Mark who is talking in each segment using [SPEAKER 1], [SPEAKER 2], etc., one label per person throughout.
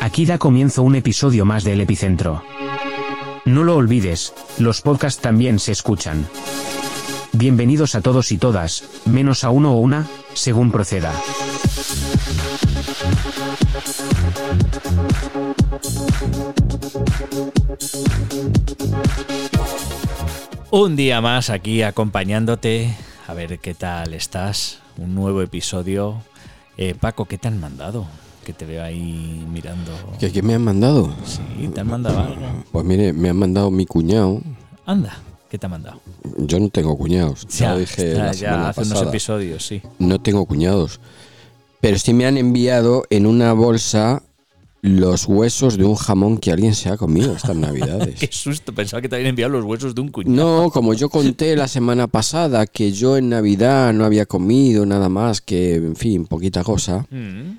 [SPEAKER 1] Aquí da comienzo un episodio más del Epicentro. No lo olvides, los podcasts también se escuchan. Bienvenidos a todos y todas, menos a uno o una, según proceda.
[SPEAKER 2] Un día más aquí acompañándote. A ver qué tal estás. Un nuevo episodio. Eh, Paco, ¿qué te han mandado? Que te veo ahí mirando.
[SPEAKER 3] ¿Qué, qué me han mandado?
[SPEAKER 2] Sí, te han mandado algo.
[SPEAKER 3] Pues mire, me han mandado mi cuñado.
[SPEAKER 2] Anda, ¿qué te han mandado?
[SPEAKER 3] Yo no tengo cuñados. Ya, lo dije
[SPEAKER 2] está,
[SPEAKER 3] la semana
[SPEAKER 2] ya hace unos
[SPEAKER 3] pasada.
[SPEAKER 2] episodios, sí.
[SPEAKER 3] No tengo cuñados. Pero sí me han enviado en una bolsa los huesos de un jamón que alguien se ha comido estas
[SPEAKER 2] Qué
[SPEAKER 3] navidades.
[SPEAKER 2] susto, pensaba que te habían enviado los huesos de un cuñado.
[SPEAKER 3] No, como yo conté la semana pasada que yo en Navidad no había comido nada más que, en fin, poquita cosa,
[SPEAKER 2] Mm,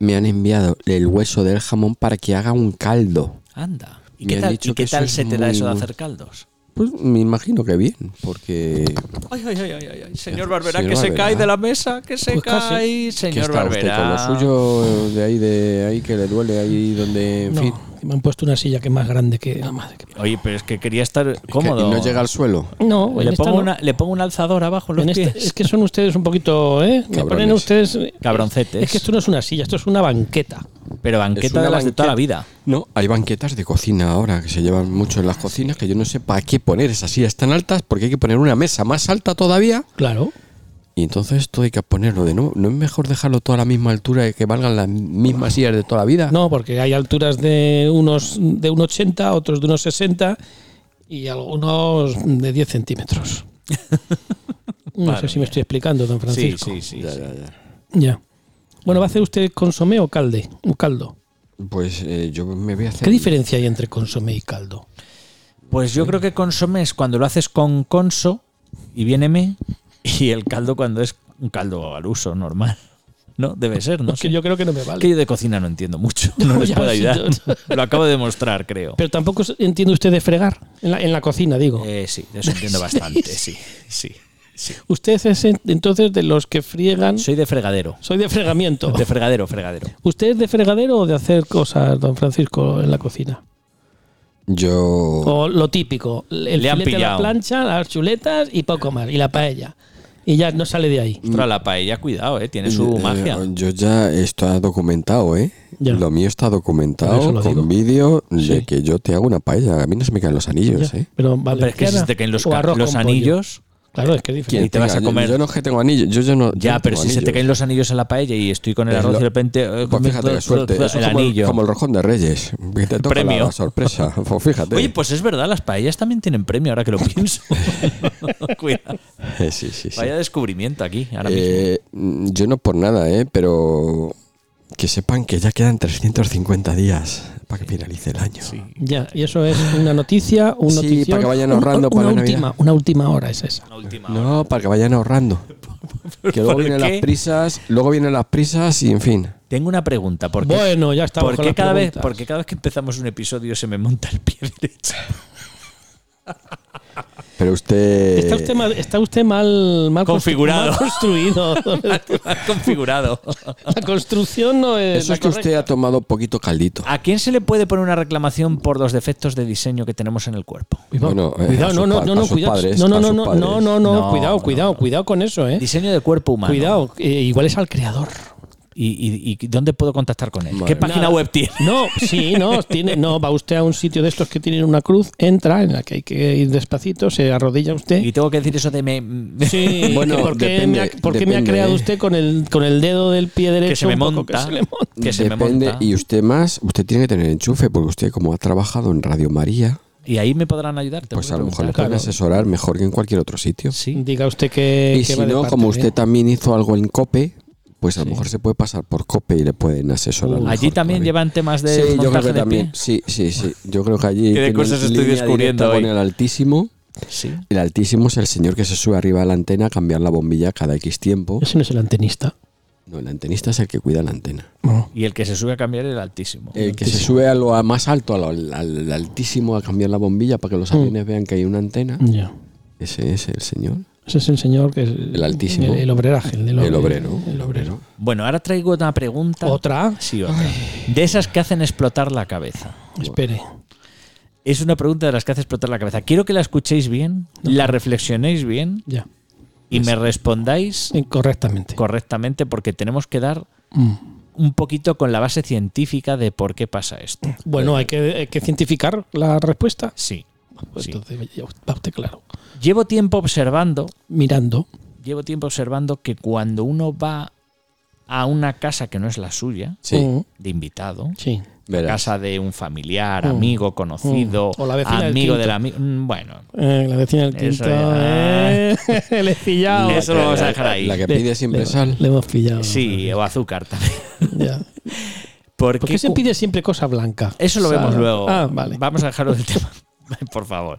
[SPEAKER 3] me han enviado el hueso del jamón para que haga un caldo.
[SPEAKER 2] anda. ¿Y
[SPEAKER 3] Me
[SPEAKER 2] qué
[SPEAKER 3] han
[SPEAKER 2] tal,
[SPEAKER 3] dicho
[SPEAKER 2] y qué
[SPEAKER 3] que
[SPEAKER 2] tal
[SPEAKER 3] eso es
[SPEAKER 2] se te da
[SPEAKER 3] muy
[SPEAKER 2] eso de
[SPEAKER 3] bueno.
[SPEAKER 2] hacer caldos?
[SPEAKER 3] Pues me imagino que bien, porque
[SPEAKER 2] Ay, ay, ay, ay, ay, ay. Señor
[SPEAKER 3] Señor
[SPEAKER 2] Barberá, que se
[SPEAKER 3] Barberá.
[SPEAKER 2] cae de la mesa, que se
[SPEAKER 3] Pues casi.
[SPEAKER 2] cae.
[SPEAKER 3] que
[SPEAKER 2] Señor
[SPEAKER 3] está
[SPEAKER 2] Barberá.
[SPEAKER 3] usted con lo suyo de ahí de ahí que le duele ahí donde en
[SPEAKER 4] No,
[SPEAKER 3] fin
[SPEAKER 4] me han puesto una silla que es más grande que la madre. que-
[SPEAKER 2] Oye, pero es que quería estar cómodo.
[SPEAKER 3] Que no llega al suelo.
[SPEAKER 4] No, Pues en
[SPEAKER 2] le,
[SPEAKER 4] esta
[SPEAKER 2] pongo
[SPEAKER 4] no.
[SPEAKER 2] una, le pongo un alzador abajo en los
[SPEAKER 4] En esta-
[SPEAKER 2] pies.
[SPEAKER 4] es que son ustedes un poquito, ¿eh? Me
[SPEAKER 3] Cabrones.
[SPEAKER 4] ponen ustedes. eh,
[SPEAKER 2] Cabroncetes.
[SPEAKER 4] Es que esto no es una silla, esto es una banqueta.
[SPEAKER 2] Pero
[SPEAKER 3] Es
[SPEAKER 2] banqueta
[SPEAKER 3] una
[SPEAKER 2] de las de toda
[SPEAKER 3] banqueta.
[SPEAKER 2] la vida.
[SPEAKER 3] No, hay banquetas de cocina ahora que se llevan mucho en las cocinas que yo no sé para qué poner esas sillas tan altas porque hay que poner una mesa más alta todavía
[SPEAKER 4] Claro.
[SPEAKER 3] y entonces todo hay que ponerlo de nuevo. ¿No es mejor dejarlo todo a la misma altura y que valgan las mismas sillas de toda la vida?
[SPEAKER 4] Ah. No, porque hay alturas de unos de 1,80, otros de unos 60 y algunos de 10 centímetros. No
[SPEAKER 2] Madre
[SPEAKER 4] sé si
[SPEAKER 2] mía.
[SPEAKER 4] me estoy explicando, don
[SPEAKER 2] Sí,
[SPEAKER 4] Francisco.
[SPEAKER 2] sí, sí.
[SPEAKER 3] Ya,
[SPEAKER 2] sí.
[SPEAKER 3] ya, ya.
[SPEAKER 4] Ya. Bueno, ¿va a hacer usted consomé o calde? O caldo.
[SPEAKER 3] Pues eh, yo me voy a hacer
[SPEAKER 4] ¿Qué diferencia hay entre consomé y caldo?
[SPEAKER 2] Pues yo creo que consomé es cuando lo haces con conso y viene me, y el caldo cuando es un caldo al uso normal. ¿No? Debe ser, ¿no?
[SPEAKER 4] Es
[SPEAKER 2] sé.
[SPEAKER 4] que yo creo que no me vale.
[SPEAKER 2] Que yo de cocina no entiendo mucho. No,
[SPEAKER 4] No,
[SPEAKER 2] les
[SPEAKER 4] ya
[SPEAKER 2] puedo
[SPEAKER 4] lo
[SPEAKER 2] ayudar.
[SPEAKER 4] siento.
[SPEAKER 2] Lo acabo de demostrar, creo.
[SPEAKER 4] Pero tampoco s- entiende usted de fregar en la, en la cocina, digo.
[SPEAKER 2] Eh, sí, de eso entiendo bastante, sí, sí, sí.
[SPEAKER 4] usted es en- entonces de los que friegan.
[SPEAKER 2] Soy de fregadero.
[SPEAKER 4] Soy de fregamiento.
[SPEAKER 2] De fregadero, fregadero.
[SPEAKER 4] ¿Usted es de fregadero o de hacer cosas, don Francisco, en la cocina?
[SPEAKER 3] Yo
[SPEAKER 4] O lo típico, el
[SPEAKER 2] Le han
[SPEAKER 4] filete a
[SPEAKER 2] pillado.
[SPEAKER 4] la plancha, las chuletas y poco más, y la paella. Y ya no sale de ahí.
[SPEAKER 2] Ostras, la paella, cuidado, eh. Tiene su
[SPEAKER 3] eh,
[SPEAKER 2] magia.
[SPEAKER 3] Yo ya está documentado, ¿eh?
[SPEAKER 4] Ya.
[SPEAKER 3] Lo mío está
[SPEAKER 4] Por eso
[SPEAKER 3] documentado
[SPEAKER 4] lo digo.
[SPEAKER 3] con vídeo de
[SPEAKER 4] Sí.
[SPEAKER 3] que yo te hago una paella. A mí no se me caen los anillos,
[SPEAKER 4] Ya,
[SPEAKER 3] ¿eh?
[SPEAKER 4] Pero,
[SPEAKER 2] Pero es que si
[SPEAKER 4] valenciana
[SPEAKER 2] te caen los,
[SPEAKER 4] o
[SPEAKER 2] ca-
[SPEAKER 4] arroz
[SPEAKER 2] los
[SPEAKER 4] con pollo.
[SPEAKER 2] anillos.
[SPEAKER 4] Claro, es que es
[SPEAKER 2] ¿Quién?
[SPEAKER 4] diferente.
[SPEAKER 2] Y te vas a
[SPEAKER 3] Yo-
[SPEAKER 2] comer-
[SPEAKER 3] Yo no es que tengo anillos, yo, yo no. yo
[SPEAKER 2] Ya,
[SPEAKER 3] no
[SPEAKER 2] pero
[SPEAKER 3] tengo
[SPEAKER 2] si se te
[SPEAKER 3] anillos.
[SPEAKER 2] caen los anillos en la paella y estoy con el
[SPEAKER 3] Es
[SPEAKER 2] arroz
[SPEAKER 3] lo-
[SPEAKER 2] y de repente. eh,
[SPEAKER 3] Pues
[SPEAKER 2] comiendo
[SPEAKER 3] fíjate qué suerte. Eso
[SPEAKER 2] El
[SPEAKER 3] como,
[SPEAKER 2] anillo.
[SPEAKER 3] como el rojón de Reyes. Que te toca
[SPEAKER 2] Premio.
[SPEAKER 3] La, la sorpresa. Pues fíjate.
[SPEAKER 2] Oye, pues es verdad, las paellas también tienen premio, ahora que lo pienso. Cuidado.
[SPEAKER 3] Eh, sí, sí, sí.
[SPEAKER 2] Vaya descubrimiento aquí, ahora mismo.
[SPEAKER 3] Eh, mm, yo no por nada, ¿eh? Pero que sepan que ya quedan 350 días para que finalice el año.
[SPEAKER 4] Ya, y eso es una noticia, un
[SPEAKER 3] Sí,
[SPEAKER 4] notición,
[SPEAKER 3] para que vayan
[SPEAKER 4] un-
[SPEAKER 3] ahorrando para
[SPEAKER 4] una
[SPEAKER 3] la
[SPEAKER 4] última,
[SPEAKER 3] Navidad.
[SPEAKER 4] una última hora es esa.
[SPEAKER 2] Una última.
[SPEAKER 3] No, para que vayan ahorrando. Que luego
[SPEAKER 2] ¿Por
[SPEAKER 3] vienen
[SPEAKER 2] qué?
[SPEAKER 3] las prisas, luego vienen las prisas y en fin.
[SPEAKER 2] Tengo una pregunta. ¿por qué-
[SPEAKER 4] Bueno, ya estamos
[SPEAKER 2] ¿por
[SPEAKER 4] con
[SPEAKER 2] qué
[SPEAKER 4] las
[SPEAKER 2] cada vez,
[SPEAKER 4] preguntas.
[SPEAKER 2] ¿Por qué cada vez que empezamos un episodio se me monta el pie derecho?
[SPEAKER 3] Pero usted.
[SPEAKER 4] Está usted mal, está usted mal, mal
[SPEAKER 2] Eh, Configurado.
[SPEAKER 4] constru- mal construido.
[SPEAKER 2] Configurado.
[SPEAKER 4] la construcción no es.
[SPEAKER 3] Eso
[SPEAKER 4] la
[SPEAKER 3] es que usted
[SPEAKER 4] correcta.
[SPEAKER 3] ha tomado poquito caldito.
[SPEAKER 2] ¿A quién se le puede poner una reclamación por los defectos de diseño que tenemos en el cuerpo?
[SPEAKER 3] Bueno, eh,
[SPEAKER 4] cuidado,
[SPEAKER 3] a
[SPEAKER 4] no,
[SPEAKER 3] sus
[SPEAKER 4] no,
[SPEAKER 3] pa-
[SPEAKER 4] no,
[SPEAKER 3] a
[SPEAKER 4] no,
[SPEAKER 3] sus
[SPEAKER 4] cuidado.
[SPEAKER 3] padres,
[SPEAKER 4] no, no,
[SPEAKER 3] a
[SPEAKER 4] no,
[SPEAKER 3] sus
[SPEAKER 4] no,
[SPEAKER 3] padres.
[SPEAKER 4] no, no, no,
[SPEAKER 2] No,
[SPEAKER 4] cuidado,
[SPEAKER 2] no,
[SPEAKER 4] cuidado,
[SPEAKER 2] no.
[SPEAKER 4] cuidado con eso, eh.
[SPEAKER 2] Diseño de cuerpo humano.
[SPEAKER 4] Cuidado, eh, igual es al creador.
[SPEAKER 2] ¿Y, y, y dónde puedo contactar con él?
[SPEAKER 3] Madre
[SPEAKER 2] ¿Qué página
[SPEAKER 4] Nada.
[SPEAKER 2] web tiene?
[SPEAKER 4] No, sí, no, tiene, no, va usted a un sitio de estos que tienen una cruz, entra, en la que hay que ir despacito, se arrodilla
[SPEAKER 3] ¿Eh?
[SPEAKER 4] usted.
[SPEAKER 2] Y tengo que decir eso de me,
[SPEAKER 4] Sí,
[SPEAKER 3] Bueno,
[SPEAKER 4] que ¿por qué,
[SPEAKER 3] depende,
[SPEAKER 4] me, ha, por qué me ha
[SPEAKER 3] depende,
[SPEAKER 4] creado
[SPEAKER 3] eh.
[SPEAKER 4] usted con el, con el dedo del pie derecho?
[SPEAKER 2] que se me
[SPEAKER 4] un poco que
[SPEAKER 2] monta.
[SPEAKER 4] se le monta?
[SPEAKER 2] Que se me
[SPEAKER 3] Depende,
[SPEAKER 2] monta.
[SPEAKER 3] y usted más, usted tiene que tener enchufe, porque usted, como ha trabajado en Radio María,
[SPEAKER 2] Y ahí me podrán ayudar. te
[SPEAKER 3] pues
[SPEAKER 2] puedo
[SPEAKER 3] a lo mejor le
[SPEAKER 2] preguntar.
[SPEAKER 3] pueden asesorar mejor que en cualquier otro sitio.
[SPEAKER 2] Sí.
[SPEAKER 4] Diga usted que.
[SPEAKER 3] y
[SPEAKER 4] que
[SPEAKER 3] si
[SPEAKER 4] va de
[SPEAKER 3] no,
[SPEAKER 4] parte
[SPEAKER 3] como
[SPEAKER 4] de-
[SPEAKER 3] usted también hizo algo en COPE, pues a lo mejor se puede pasar por COPE y le pueden asesorar. mejor
[SPEAKER 2] Uh, Allí también
[SPEAKER 3] todavía.
[SPEAKER 2] llevan temas de
[SPEAKER 3] Sí, yo creo
[SPEAKER 2] montaje
[SPEAKER 3] que
[SPEAKER 2] de
[SPEAKER 3] también.
[SPEAKER 2] pie.
[SPEAKER 3] Sí, sí, sí. Yo creo que allí.
[SPEAKER 2] ¿Qué de
[SPEAKER 3] tienen
[SPEAKER 2] cosas estoy
[SPEAKER 3] línea
[SPEAKER 2] descubriendo
[SPEAKER 3] directa
[SPEAKER 2] hoy?
[SPEAKER 3] Con el Altísimo.
[SPEAKER 2] Sí.
[SPEAKER 3] El Altísimo es el señor que se sube arriba a la antena a cambiar la bombilla cada X tiempo.
[SPEAKER 4] Ese no es el antenista.
[SPEAKER 3] No, el antenista es el que cuida la antena.
[SPEAKER 4] Bueno,
[SPEAKER 2] Y el que se sube a cambiar el altísimo.
[SPEAKER 3] El que se sube a lo a- más alto, a lo- al, al altísimo, a cambiar la bombilla para que
[SPEAKER 4] Mm.
[SPEAKER 3] los aviones vean que hay una antena.
[SPEAKER 4] ya.
[SPEAKER 3] Ese es el señor.
[SPEAKER 4] Ese es el señor que es el,
[SPEAKER 3] altísimo.
[SPEAKER 4] El, el obreraje, el, del
[SPEAKER 3] El
[SPEAKER 4] obre-
[SPEAKER 3] obrero.
[SPEAKER 4] El obrero.
[SPEAKER 2] Bueno, ahora traigo una pregunta.
[SPEAKER 4] Otra,
[SPEAKER 2] Sí, otra. De esas que hacen explotar la cabeza.
[SPEAKER 4] espere.
[SPEAKER 2] Es una pregunta de las que hace explotar la cabeza. Quiero que la escuchéis bien, la reflexionéis bien
[SPEAKER 4] Ya.
[SPEAKER 2] y
[SPEAKER 3] Pues
[SPEAKER 2] me respondáis
[SPEAKER 4] Incorrectamente.
[SPEAKER 2] correctamente porque tenemos que dar
[SPEAKER 4] Mm.
[SPEAKER 2] un poquito con la base científica de por qué pasa esto.
[SPEAKER 4] Bueno, hay que, hay que cientificar la respuesta.
[SPEAKER 2] Sí.
[SPEAKER 4] Pues
[SPEAKER 2] sí.
[SPEAKER 4] Entonces, ya va usted claro.
[SPEAKER 2] Llevo tiempo observando
[SPEAKER 4] Mirando.
[SPEAKER 2] llevo tiempo observando que cuando uno va a una casa que no es la suya,
[SPEAKER 3] Sí.
[SPEAKER 4] Mm,
[SPEAKER 2] de invitado,
[SPEAKER 4] sí.
[SPEAKER 3] Verás.
[SPEAKER 2] casa de un familiar,
[SPEAKER 4] Mm.
[SPEAKER 2] amigo, conocido,
[SPEAKER 4] Mm. O la vecina del
[SPEAKER 2] amigo
[SPEAKER 4] quinto.
[SPEAKER 2] del amigo. mm, Bueno,
[SPEAKER 4] Eh, la vecina del
[SPEAKER 2] Eso
[SPEAKER 4] quinto.
[SPEAKER 2] ya.
[SPEAKER 4] eh, le he pillado.
[SPEAKER 2] Eso lo vamos a dejar ahí.
[SPEAKER 3] La que
[SPEAKER 4] Le-
[SPEAKER 3] pide siempre
[SPEAKER 4] le-
[SPEAKER 3] sal.
[SPEAKER 4] Le hemos pillado.
[SPEAKER 2] sí, o azúcar también.
[SPEAKER 4] Ya.
[SPEAKER 2] Porque
[SPEAKER 4] ¿Por qué se
[SPEAKER 2] cu-
[SPEAKER 4] pide siempre cosa blanca?
[SPEAKER 2] Eso lo
[SPEAKER 4] O sea,
[SPEAKER 2] vemos luego.
[SPEAKER 4] Ah, vale.
[SPEAKER 2] Vamos a dejarlo del tema, por favor.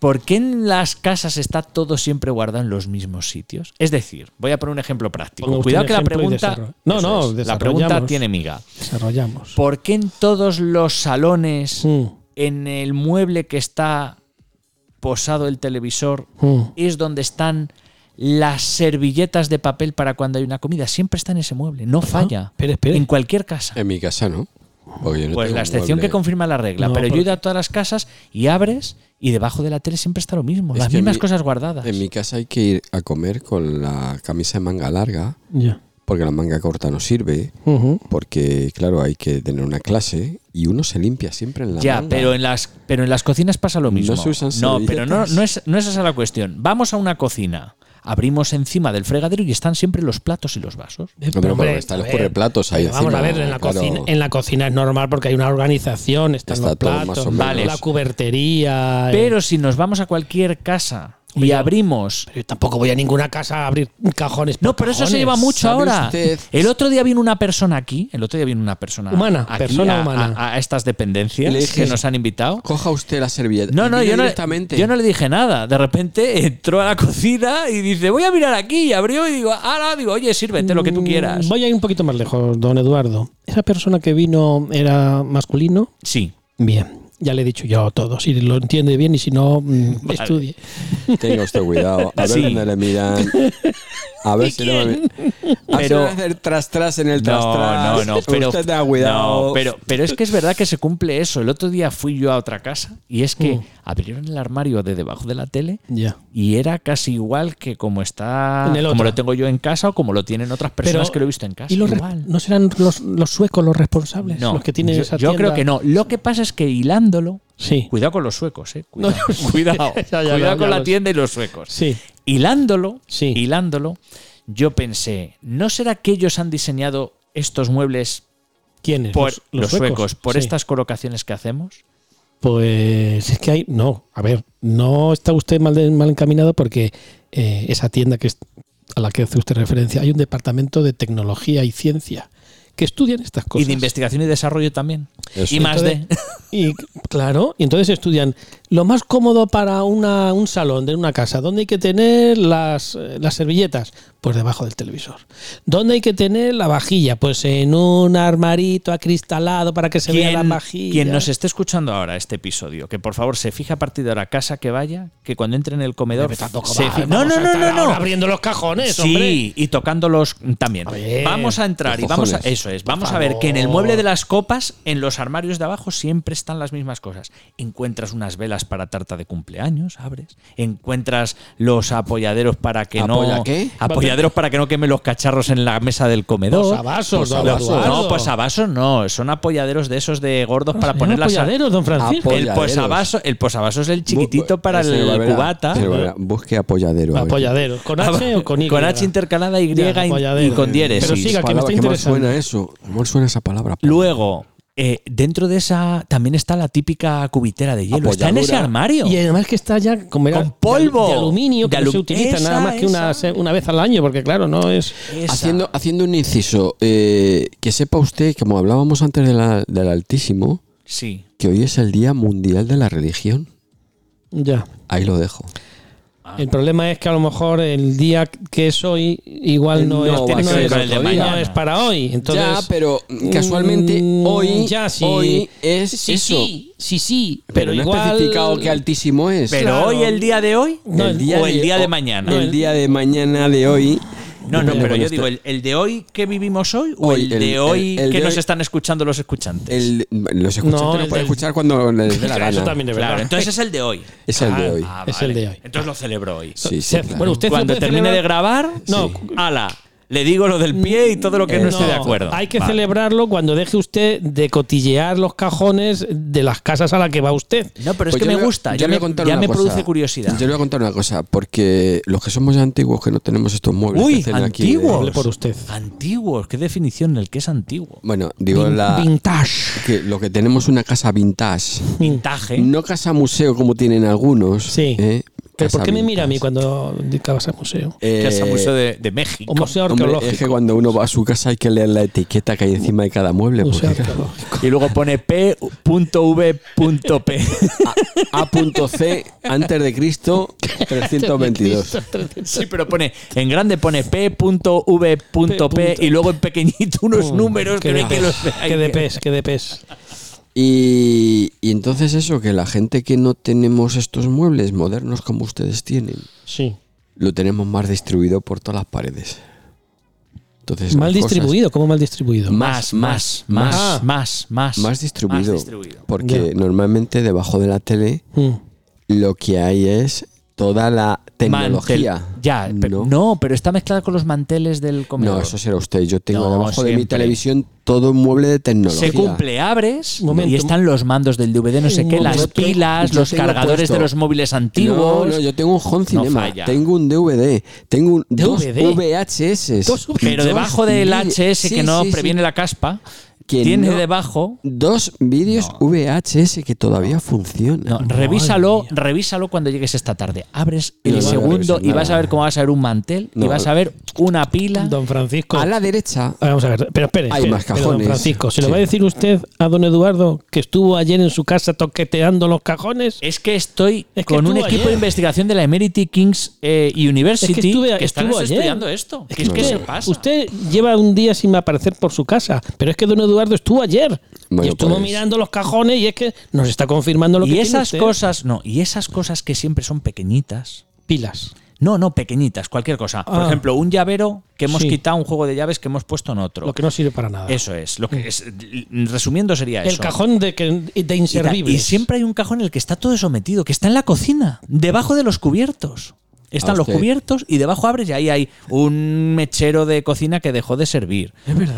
[SPEAKER 2] ¿Por qué en las casas está todo siempre guardado en los mismos sitios? Es decir, voy a poner un ejemplo práctico.
[SPEAKER 4] Ponga usted
[SPEAKER 2] Cuidado
[SPEAKER 4] un
[SPEAKER 2] que la
[SPEAKER 4] ejemplo y
[SPEAKER 2] pregunta.
[SPEAKER 4] desarrolla. No,
[SPEAKER 2] Eso
[SPEAKER 4] no,
[SPEAKER 2] es, la pregunta
[SPEAKER 4] desarrollamos.
[SPEAKER 2] tiene miga.
[SPEAKER 4] Desarrollamos.
[SPEAKER 2] ¿Por qué en todos los salones
[SPEAKER 4] Mm,
[SPEAKER 2] en el mueble que está posado el televisor
[SPEAKER 4] mm.
[SPEAKER 2] es donde están las servilletas de papel para cuando hay una comida. Siempre está en ese mueble, no falla.
[SPEAKER 4] espere, espere.
[SPEAKER 2] En cualquier casa.
[SPEAKER 3] En mi casa no. Porque Eh, yo no
[SPEAKER 2] Pues
[SPEAKER 3] tengo
[SPEAKER 2] la
[SPEAKER 3] un
[SPEAKER 2] excepción que
[SPEAKER 3] mueble.
[SPEAKER 2] confirma la regla.
[SPEAKER 4] No,
[SPEAKER 2] pero yo he
[SPEAKER 4] porque-
[SPEAKER 2] ido a todas las casas y abres y debajo de la tele siempre está lo mismo.
[SPEAKER 3] Es
[SPEAKER 2] las
[SPEAKER 3] que en
[SPEAKER 2] mismas
[SPEAKER 3] mi-
[SPEAKER 2] cosas guardadas.
[SPEAKER 3] En mi casa hay que ir a comer con la camisa de manga larga,
[SPEAKER 4] Ya.
[SPEAKER 3] porque la manga corta no sirve,
[SPEAKER 4] Ujú.
[SPEAKER 3] porque claro, hay que tener una clase y uno se limpia siempre en la
[SPEAKER 2] Ya,
[SPEAKER 3] manga.
[SPEAKER 2] pero en las pero en las cocinas pasa lo mismo.
[SPEAKER 3] se usan
[SPEAKER 2] No, pero no,
[SPEAKER 3] servilletas.
[SPEAKER 2] no es, no es esa la cuestión. Vamos a una cocina, abrimos encima del fregadero y están siempre los platos y los vasos.
[SPEAKER 4] Eh,
[SPEAKER 3] pero hombre, están
[SPEAKER 4] a
[SPEAKER 3] los
[SPEAKER 4] ver,
[SPEAKER 3] correplatos ahí
[SPEAKER 4] pero Vamos
[SPEAKER 3] encima,
[SPEAKER 4] a ver, en la,
[SPEAKER 3] claro.
[SPEAKER 4] cocina, en la cocina es normal porque hay una organización, están
[SPEAKER 3] Está
[SPEAKER 4] los
[SPEAKER 3] todo
[SPEAKER 4] platos,
[SPEAKER 3] más o menos.
[SPEAKER 2] Vale.
[SPEAKER 4] la cubertería. eh.
[SPEAKER 2] Pero si nos vamos a cualquier casa y
[SPEAKER 4] Mira.
[SPEAKER 2] abrimos.
[SPEAKER 4] Pero yo tampoco voy a ninguna casa a abrir cajones. por
[SPEAKER 2] No, pero eso se
[SPEAKER 4] cajones.
[SPEAKER 2] lleva mucho
[SPEAKER 3] ¿Sabe
[SPEAKER 2] ahora.
[SPEAKER 3] usted?
[SPEAKER 2] El otro día vino una persona aquí, el otro día vino una persona
[SPEAKER 4] Humana,
[SPEAKER 2] aquí
[SPEAKER 4] persona
[SPEAKER 2] a,
[SPEAKER 4] humana.
[SPEAKER 2] a- a estas dependencias
[SPEAKER 3] Le dije-
[SPEAKER 2] que nos han invitado.
[SPEAKER 3] Coja usted la servilleta.
[SPEAKER 2] No, no,
[SPEAKER 3] Mire
[SPEAKER 2] yo no,
[SPEAKER 3] directamente.
[SPEAKER 2] yo no le dije nada. De repente entró a la cocina y dice, voy a mirar aquí. Y abrió y digo, ahora digo, oye, sírvete lo que tú quieras.
[SPEAKER 4] Mm, Voy a ir un poquito más lejos, don Eduardo. ¿Esa persona que vino era masculino?
[SPEAKER 2] Sí.
[SPEAKER 4] Bien. Ya le he dicho yo todo, si lo entiende bien y si no, mm, estudie.
[SPEAKER 3] Tenga usted cuidado. A ver
[SPEAKER 2] Sí.
[SPEAKER 3] dónde le miran. A ver si no me... A ver si
[SPEAKER 2] Pero-
[SPEAKER 3] no va a hacer tras tras en el tras
[SPEAKER 2] No, no,
[SPEAKER 3] tras.
[SPEAKER 2] no, pero,
[SPEAKER 3] usted tenga cuidado.
[SPEAKER 2] no, pero, pero es que es verdad que se cumple eso. El otro día fui yo a otra casa y es que
[SPEAKER 4] Mm.
[SPEAKER 2] abrieron el armario de debajo de la tele
[SPEAKER 4] Ya.
[SPEAKER 2] y era casi igual que como está,
[SPEAKER 4] En el
[SPEAKER 2] como
[SPEAKER 4] otro.
[SPEAKER 2] lo tengo yo en casa o como lo tienen otras personas que lo he visto en casa.
[SPEAKER 4] ¿Y los re-
[SPEAKER 2] Igual.
[SPEAKER 4] no serán los, los suecos los responsables?
[SPEAKER 2] No,
[SPEAKER 4] los que tienen
[SPEAKER 2] yo,
[SPEAKER 4] esa
[SPEAKER 2] yo
[SPEAKER 4] tienda?
[SPEAKER 2] creo que no. Lo que pasa es que hilándolo,
[SPEAKER 4] Sí.
[SPEAKER 2] cuidado con los suecos, eh. Cuidado, cuidado,
[SPEAKER 4] Ya, ya,
[SPEAKER 2] cuidado
[SPEAKER 4] ya,
[SPEAKER 2] con
[SPEAKER 4] ya
[SPEAKER 2] la
[SPEAKER 4] lo sé.
[SPEAKER 2] tienda y los suecos.
[SPEAKER 4] Sí.
[SPEAKER 2] hilándolo,
[SPEAKER 4] Sí.
[SPEAKER 2] hilándolo, yo pensé, ¿no será que ellos han diseñado estos muebles
[SPEAKER 4] ¿Quiénes?
[SPEAKER 2] por los, suecos, por
[SPEAKER 4] Sí.
[SPEAKER 2] estas colocaciones que hacemos?
[SPEAKER 4] Pues es que hay. No, a ver, no está usted mal, de- mal encaminado porque eh, esa tienda que es, a la que hace usted referencia, hay un departamento de tecnología y ciencia que estudian estas cosas.
[SPEAKER 2] Y de investigación y desarrollo también.
[SPEAKER 3] Eso.
[SPEAKER 2] Y más de.
[SPEAKER 4] Entonces- Y claro, y entonces estudian lo más cómodo para una, un salón de una casa. ¿Dónde hay que tener las, eh, las servilletas? Pues debajo del televisor. ¿Dónde hay que tener la vajilla? Pues en un armarito acristalado para que se vea la
[SPEAKER 2] Quien,
[SPEAKER 4] vajilla.
[SPEAKER 2] quien nos esté escuchando ahora este episodio, que por favor se fija a partir de ahora casa que vaya, que cuando entre en el comedor.
[SPEAKER 4] Pero tampoco
[SPEAKER 2] se
[SPEAKER 4] va-
[SPEAKER 2] fi- no,
[SPEAKER 4] vamos
[SPEAKER 2] no,
[SPEAKER 4] a
[SPEAKER 2] no,
[SPEAKER 4] estar
[SPEAKER 2] no, no.
[SPEAKER 4] ahora Abriendo los cajones,
[SPEAKER 2] Sí,
[SPEAKER 4] hombre.
[SPEAKER 2] y tocándolos también.
[SPEAKER 4] A ver,
[SPEAKER 2] vamos a entrar
[SPEAKER 3] los
[SPEAKER 2] y vamos a.
[SPEAKER 3] cojones.
[SPEAKER 2] Eso es, vamos a ver que en el
[SPEAKER 4] favor.
[SPEAKER 2] mueble de las copas, en los armarios de abajo, siempre están las mismas cosas. Encuentras unas velas para tarta de cumpleaños, abres. Encuentras los apoyaderos para que
[SPEAKER 3] ¿Apoya
[SPEAKER 2] no.
[SPEAKER 3] qué?
[SPEAKER 2] Apoyaderos para que no quemen los cacharros en la mesa del comedor.
[SPEAKER 3] Pues
[SPEAKER 2] Pues
[SPEAKER 4] Posavasos, don
[SPEAKER 3] Posavasos.
[SPEAKER 4] Eduardo.
[SPEAKER 2] No, posavasos no, son apoyaderos de esos de
[SPEAKER 3] Ah,
[SPEAKER 2] gordos para
[SPEAKER 4] Se
[SPEAKER 2] poner
[SPEAKER 4] llama
[SPEAKER 2] las
[SPEAKER 4] polladeros, don Francisco.
[SPEAKER 3] Apoy-
[SPEAKER 2] el
[SPEAKER 3] Apoyaderos.
[SPEAKER 2] posavasos, el posavasos es el chiquitito
[SPEAKER 3] Bu-
[SPEAKER 2] para
[SPEAKER 3] se va a
[SPEAKER 2] el
[SPEAKER 3] ver a-
[SPEAKER 2] cubata.
[SPEAKER 3] se va a ver a- Busque apoyadero. a ver.
[SPEAKER 4] Apoyaderos. ¿Con H o con Y?
[SPEAKER 2] Con H intercalada Y
[SPEAKER 4] Ya,
[SPEAKER 2] y
[SPEAKER 4] apoyadero.
[SPEAKER 2] con diéresis.
[SPEAKER 4] Pero siga, que
[SPEAKER 3] Palabra
[SPEAKER 4] me está
[SPEAKER 3] que mal
[SPEAKER 4] interesando.
[SPEAKER 3] suena eso. ¿Cómo suena esa palabra?
[SPEAKER 2] Luego, eh, dentro de esa también está la típica cubitera de hielo. Está en ese
[SPEAKER 3] Apoyadura.
[SPEAKER 2] armario.
[SPEAKER 4] Y además que está ya como era
[SPEAKER 2] Con
[SPEAKER 4] de-
[SPEAKER 2] polvo.
[SPEAKER 4] de, aluminio que
[SPEAKER 2] De
[SPEAKER 4] no
[SPEAKER 2] alu-
[SPEAKER 4] se utiliza
[SPEAKER 2] esa,
[SPEAKER 4] nada más que una,
[SPEAKER 2] esa.
[SPEAKER 4] se- una vez al año, porque claro, no es
[SPEAKER 2] Esa.
[SPEAKER 3] Haciendo, haciendo un inciso, eh, que sepa usted, como hablábamos antes de la- del Altísimo,
[SPEAKER 2] Sí.
[SPEAKER 3] que hoy es el Día Mundial de la Religión.
[SPEAKER 4] ya.
[SPEAKER 3] Ahí lo dejo.
[SPEAKER 2] Ah.
[SPEAKER 4] El problema es que a lo mejor el día que es hoy
[SPEAKER 2] Eh,
[SPEAKER 4] igual no,
[SPEAKER 3] No
[SPEAKER 4] es,
[SPEAKER 3] va a
[SPEAKER 4] no
[SPEAKER 3] ser
[SPEAKER 4] es-
[SPEAKER 3] con el de
[SPEAKER 4] no
[SPEAKER 2] mañana.
[SPEAKER 4] es para hoy. Entonces,
[SPEAKER 3] ya, pero casualmente
[SPEAKER 4] mm,
[SPEAKER 3] hoy,
[SPEAKER 4] ya sí.
[SPEAKER 3] hoy es eso.
[SPEAKER 4] Sí, sí, sí.
[SPEAKER 3] pero, no
[SPEAKER 4] igual-
[SPEAKER 3] he especificado qué altísimo es.
[SPEAKER 2] Pero
[SPEAKER 4] claro.
[SPEAKER 2] hoy, el día de hoy,
[SPEAKER 4] No, el
[SPEAKER 2] o el día de mañana.
[SPEAKER 3] El día de mañana de hoy.
[SPEAKER 2] No, no,
[SPEAKER 3] Depende
[SPEAKER 2] pero
[SPEAKER 3] cuando
[SPEAKER 2] yo
[SPEAKER 3] esté.
[SPEAKER 2] digo, ¿el, el de hoy que vivimos hoy o
[SPEAKER 3] Hoy,
[SPEAKER 2] el,
[SPEAKER 3] el-
[SPEAKER 2] de hoy
[SPEAKER 3] el- el
[SPEAKER 2] que
[SPEAKER 3] de
[SPEAKER 2] nos
[SPEAKER 3] hoy- Eh,
[SPEAKER 2] están escuchando los escuchantes?
[SPEAKER 3] El, los escuchantes
[SPEAKER 4] No,
[SPEAKER 3] lo
[SPEAKER 4] el
[SPEAKER 3] pueden
[SPEAKER 4] del-
[SPEAKER 3] escuchar cuando les dé la
[SPEAKER 4] Claro,
[SPEAKER 3] gana.
[SPEAKER 4] eso también es verdad.
[SPEAKER 2] claro, entonces es el de hoy.
[SPEAKER 3] Es el de hoy.
[SPEAKER 2] Ah,
[SPEAKER 4] Es
[SPEAKER 2] vale.
[SPEAKER 4] el de hoy.
[SPEAKER 2] Entonces lo celebro hoy.
[SPEAKER 3] Sí, sí,
[SPEAKER 4] Se-
[SPEAKER 3] claro.
[SPEAKER 4] Bueno, usted se
[SPEAKER 2] Cuando
[SPEAKER 4] puede
[SPEAKER 2] termine de
[SPEAKER 4] celebrar-
[SPEAKER 2] grabar,
[SPEAKER 4] No. Eh,
[SPEAKER 2] ala, le digo lo del pie y todo lo que no, esté de acuerdo.
[SPEAKER 4] Hay que
[SPEAKER 2] Vale.
[SPEAKER 4] celebrarlo cuando deje usted de cotillear los cajones de las casas a las que va usted.
[SPEAKER 2] No, pero es que
[SPEAKER 3] Pues yo
[SPEAKER 2] me
[SPEAKER 3] le voy a-
[SPEAKER 2] gusta,
[SPEAKER 3] yo
[SPEAKER 2] ya
[SPEAKER 3] le voy
[SPEAKER 2] me,
[SPEAKER 3] a contar
[SPEAKER 2] ya
[SPEAKER 3] una
[SPEAKER 2] me
[SPEAKER 3] cosa.
[SPEAKER 2] produce curiosidad.
[SPEAKER 3] Yo le voy a contar una cosa, porque los que somos antiguos, que no tenemos estos muebles.
[SPEAKER 2] Uy,
[SPEAKER 3] que hacen aquí de-
[SPEAKER 2] antiguos.
[SPEAKER 4] Hable por usted.
[SPEAKER 2] Antiguos, qué definición el que es antiguo.
[SPEAKER 3] bueno, digo,
[SPEAKER 4] Vin-
[SPEAKER 3] la,
[SPEAKER 4] Vintage.
[SPEAKER 3] que lo que tenemos una casa vintage.
[SPEAKER 2] Vintage.
[SPEAKER 3] No casa museo como tienen algunos.
[SPEAKER 4] Sí.
[SPEAKER 3] ¿eh?
[SPEAKER 4] ¿Pero
[SPEAKER 3] Casa
[SPEAKER 4] por qué me mira a mí
[SPEAKER 3] vintage.
[SPEAKER 4] cuando indicabas al museo?
[SPEAKER 3] Eh,
[SPEAKER 2] que es el Museo de, de México.
[SPEAKER 4] O museo
[SPEAKER 3] hombre,
[SPEAKER 4] arqueológico.
[SPEAKER 3] es que cuando uno va a su casa hay que leer la etiqueta que hay encima de cada mueble.
[SPEAKER 4] Museo
[SPEAKER 3] porque-
[SPEAKER 4] arqueológico.
[SPEAKER 2] Y luego pone P.V.P.
[SPEAKER 3] A.C. antes de Cristo 322.
[SPEAKER 2] Sí, pero pone en grande pone P.V.P. y luego en pequeñito unos
[SPEAKER 3] Oh,
[SPEAKER 2] números que no hay que los hay
[SPEAKER 4] Que de
[SPEAKER 2] que-
[SPEAKER 4] pes, que de pes.
[SPEAKER 3] Y, y entonces eso, que la gente que no tenemos estos muebles modernos como ustedes tienen,
[SPEAKER 4] Sí.
[SPEAKER 3] lo tenemos más distribuido por todas las paredes. Entonces,
[SPEAKER 4] Mal
[SPEAKER 3] las cosas- Mm.
[SPEAKER 4] distribuido, ¿cómo mal distribuido?
[SPEAKER 2] Más, más, más,
[SPEAKER 4] Ah.
[SPEAKER 2] más, más.
[SPEAKER 3] Más distribuido.
[SPEAKER 2] Más distribuido.
[SPEAKER 3] Porque
[SPEAKER 4] Ya.
[SPEAKER 3] normalmente debajo de la tele
[SPEAKER 4] Mm.
[SPEAKER 3] lo que hay es toda la tecnología.
[SPEAKER 2] Mantel- Ya, pero-
[SPEAKER 3] ¿no?
[SPEAKER 2] ¿no? pero está mezclada con los manteles del comedor.
[SPEAKER 3] No, eso será usted. Yo tengo
[SPEAKER 2] No,
[SPEAKER 3] debajo de mi
[SPEAKER 2] siempre.
[SPEAKER 3] televisión todo un mueble de tecnología.
[SPEAKER 2] se cumple, abres
[SPEAKER 4] Momento.
[SPEAKER 2] y están los mandos del DVD, no sé
[SPEAKER 4] Un
[SPEAKER 2] qué, las
[SPEAKER 4] momento.
[SPEAKER 2] pilas,
[SPEAKER 3] Yo
[SPEAKER 2] los
[SPEAKER 3] tengo
[SPEAKER 2] cargadores
[SPEAKER 3] puesto-
[SPEAKER 2] de los móviles
[SPEAKER 3] No,
[SPEAKER 2] antiguos.
[SPEAKER 3] no, yo tengo un home
[SPEAKER 2] No
[SPEAKER 3] cinema,
[SPEAKER 2] falla.
[SPEAKER 3] tengo un DVD, tengo un,
[SPEAKER 4] DVD.
[SPEAKER 3] dos VHS.
[SPEAKER 4] Dos V-
[SPEAKER 2] Pero
[SPEAKER 3] dos
[SPEAKER 2] debajo del
[SPEAKER 3] vídeos-
[SPEAKER 2] HS que
[SPEAKER 3] Sí,
[SPEAKER 2] no
[SPEAKER 3] sí, sí.
[SPEAKER 2] previene la caspa,
[SPEAKER 3] Que
[SPEAKER 2] tiene
[SPEAKER 3] no-
[SPEAKER 2] debajo.
[SPEAKER 3] Dos vídeos VHS que todavía funcionan.
[SPEAKER 2] No, revísalo, revísalo cuando llegues esta tarde. Abres el
[SPEAKER 3] No, no, no
[SPEAKER 2] segundo
[SPEAKER 3] reviso
[SPEAKER 2] y vas
[SPEAKER 3] nada.
[SPEAKER 2] a ver cómo vas a ver un mantel y
[SPEAKER 3] No.
[SPEAKER 2] vas a ver una pila.
[SPEAKER 4] Don Francisco.
[SPEAKER 3] A la derecha.
[SPEAKER 4] Vamos a ver, pero espere.
[SPEAKER 3] Hay
[SPEAKER 4] espere,
[SPEAKER 3] más
[SPEAKER 4] pero
[SPEAKER 3] cajones.
[SPEAKER 4] Don Francisco, ¿se lo
[SPEAKER 3] Sí.
[SPEAKER 4] va a decir usted a don Eduardo que estuvo ayer en su casa toqueteando los cajones?
[SPEAKER 2] Es que estoy
[SPEAKER 4] Es que
[SPEAKER 2] con un
[SPEAKER 4] estuvo
[SPEAKER 2] equipo de
[SPEAKER 4] ayer.
[SPEAKER 2] investigación de la Emerity Kings eh, University
[SPEAKER 4] Es que estuve-
[SPEAKER 2] están
[SPEAKER 4] estuvo ayer.
[SPEAKER 2] estudiando esto. Que es que
[SPEAKER 3] no.
[SPEAKER 2] se pasa.
[SPEAKER 4] Usted lleva un día sin aparecer por su casa, pero es que don Eduardo estuvo ayer y
[SPEAKER 3] Bueno,
[SPEAKER 4] estuvo
[SPEAKER 3] pues.
[SPEAKER 4] mirando los cajones y es que nos está confirmando lo que
[SPEAKER 2] y
[SPEAKER 4] tiene
[SPEAKER 2] esas
[SPEAKER 4] usted.
[SPEAKER 2] cosas, no, y esas cosas que siempre son pequeñitas.
[SPEAKER 4] pilas.
[SPEAKER 2] No, no, pequeñitas, cualquier cosa. Por
[SPEAKER 4] Ah.
[SPEAKER 2] ejemplo, un llavero que hemos
[SPEAKER 4] Sí.
[SPEAKER 2] quitado, un juego de llaves que hemos puesto en otro.
[SPEAKER 4] Lo que no sirve para nada.
[SPEAKER 2] Eso es, lo que es. Resumiendo sería
[SPEAKER 4] el
[SPEAKER 2] eso.
[SPEAKER 4] cajón de, que- de
[SPEAKER 2] Y ta-
[SPEAKER 4] inservibles.
[SPEAKER 2] Y siempre hay un cajón en el que está todo eso metido, que está en la cocina, debajo de los cubiertos. Están
[SPEAKER 3] Ah,
[SPEAKER 2] los
[SPEAKER 3] hostia.
[SPEAKER 2] cubiertos y debajo abres y ahí hay un mechero de cocina que dejó de servir.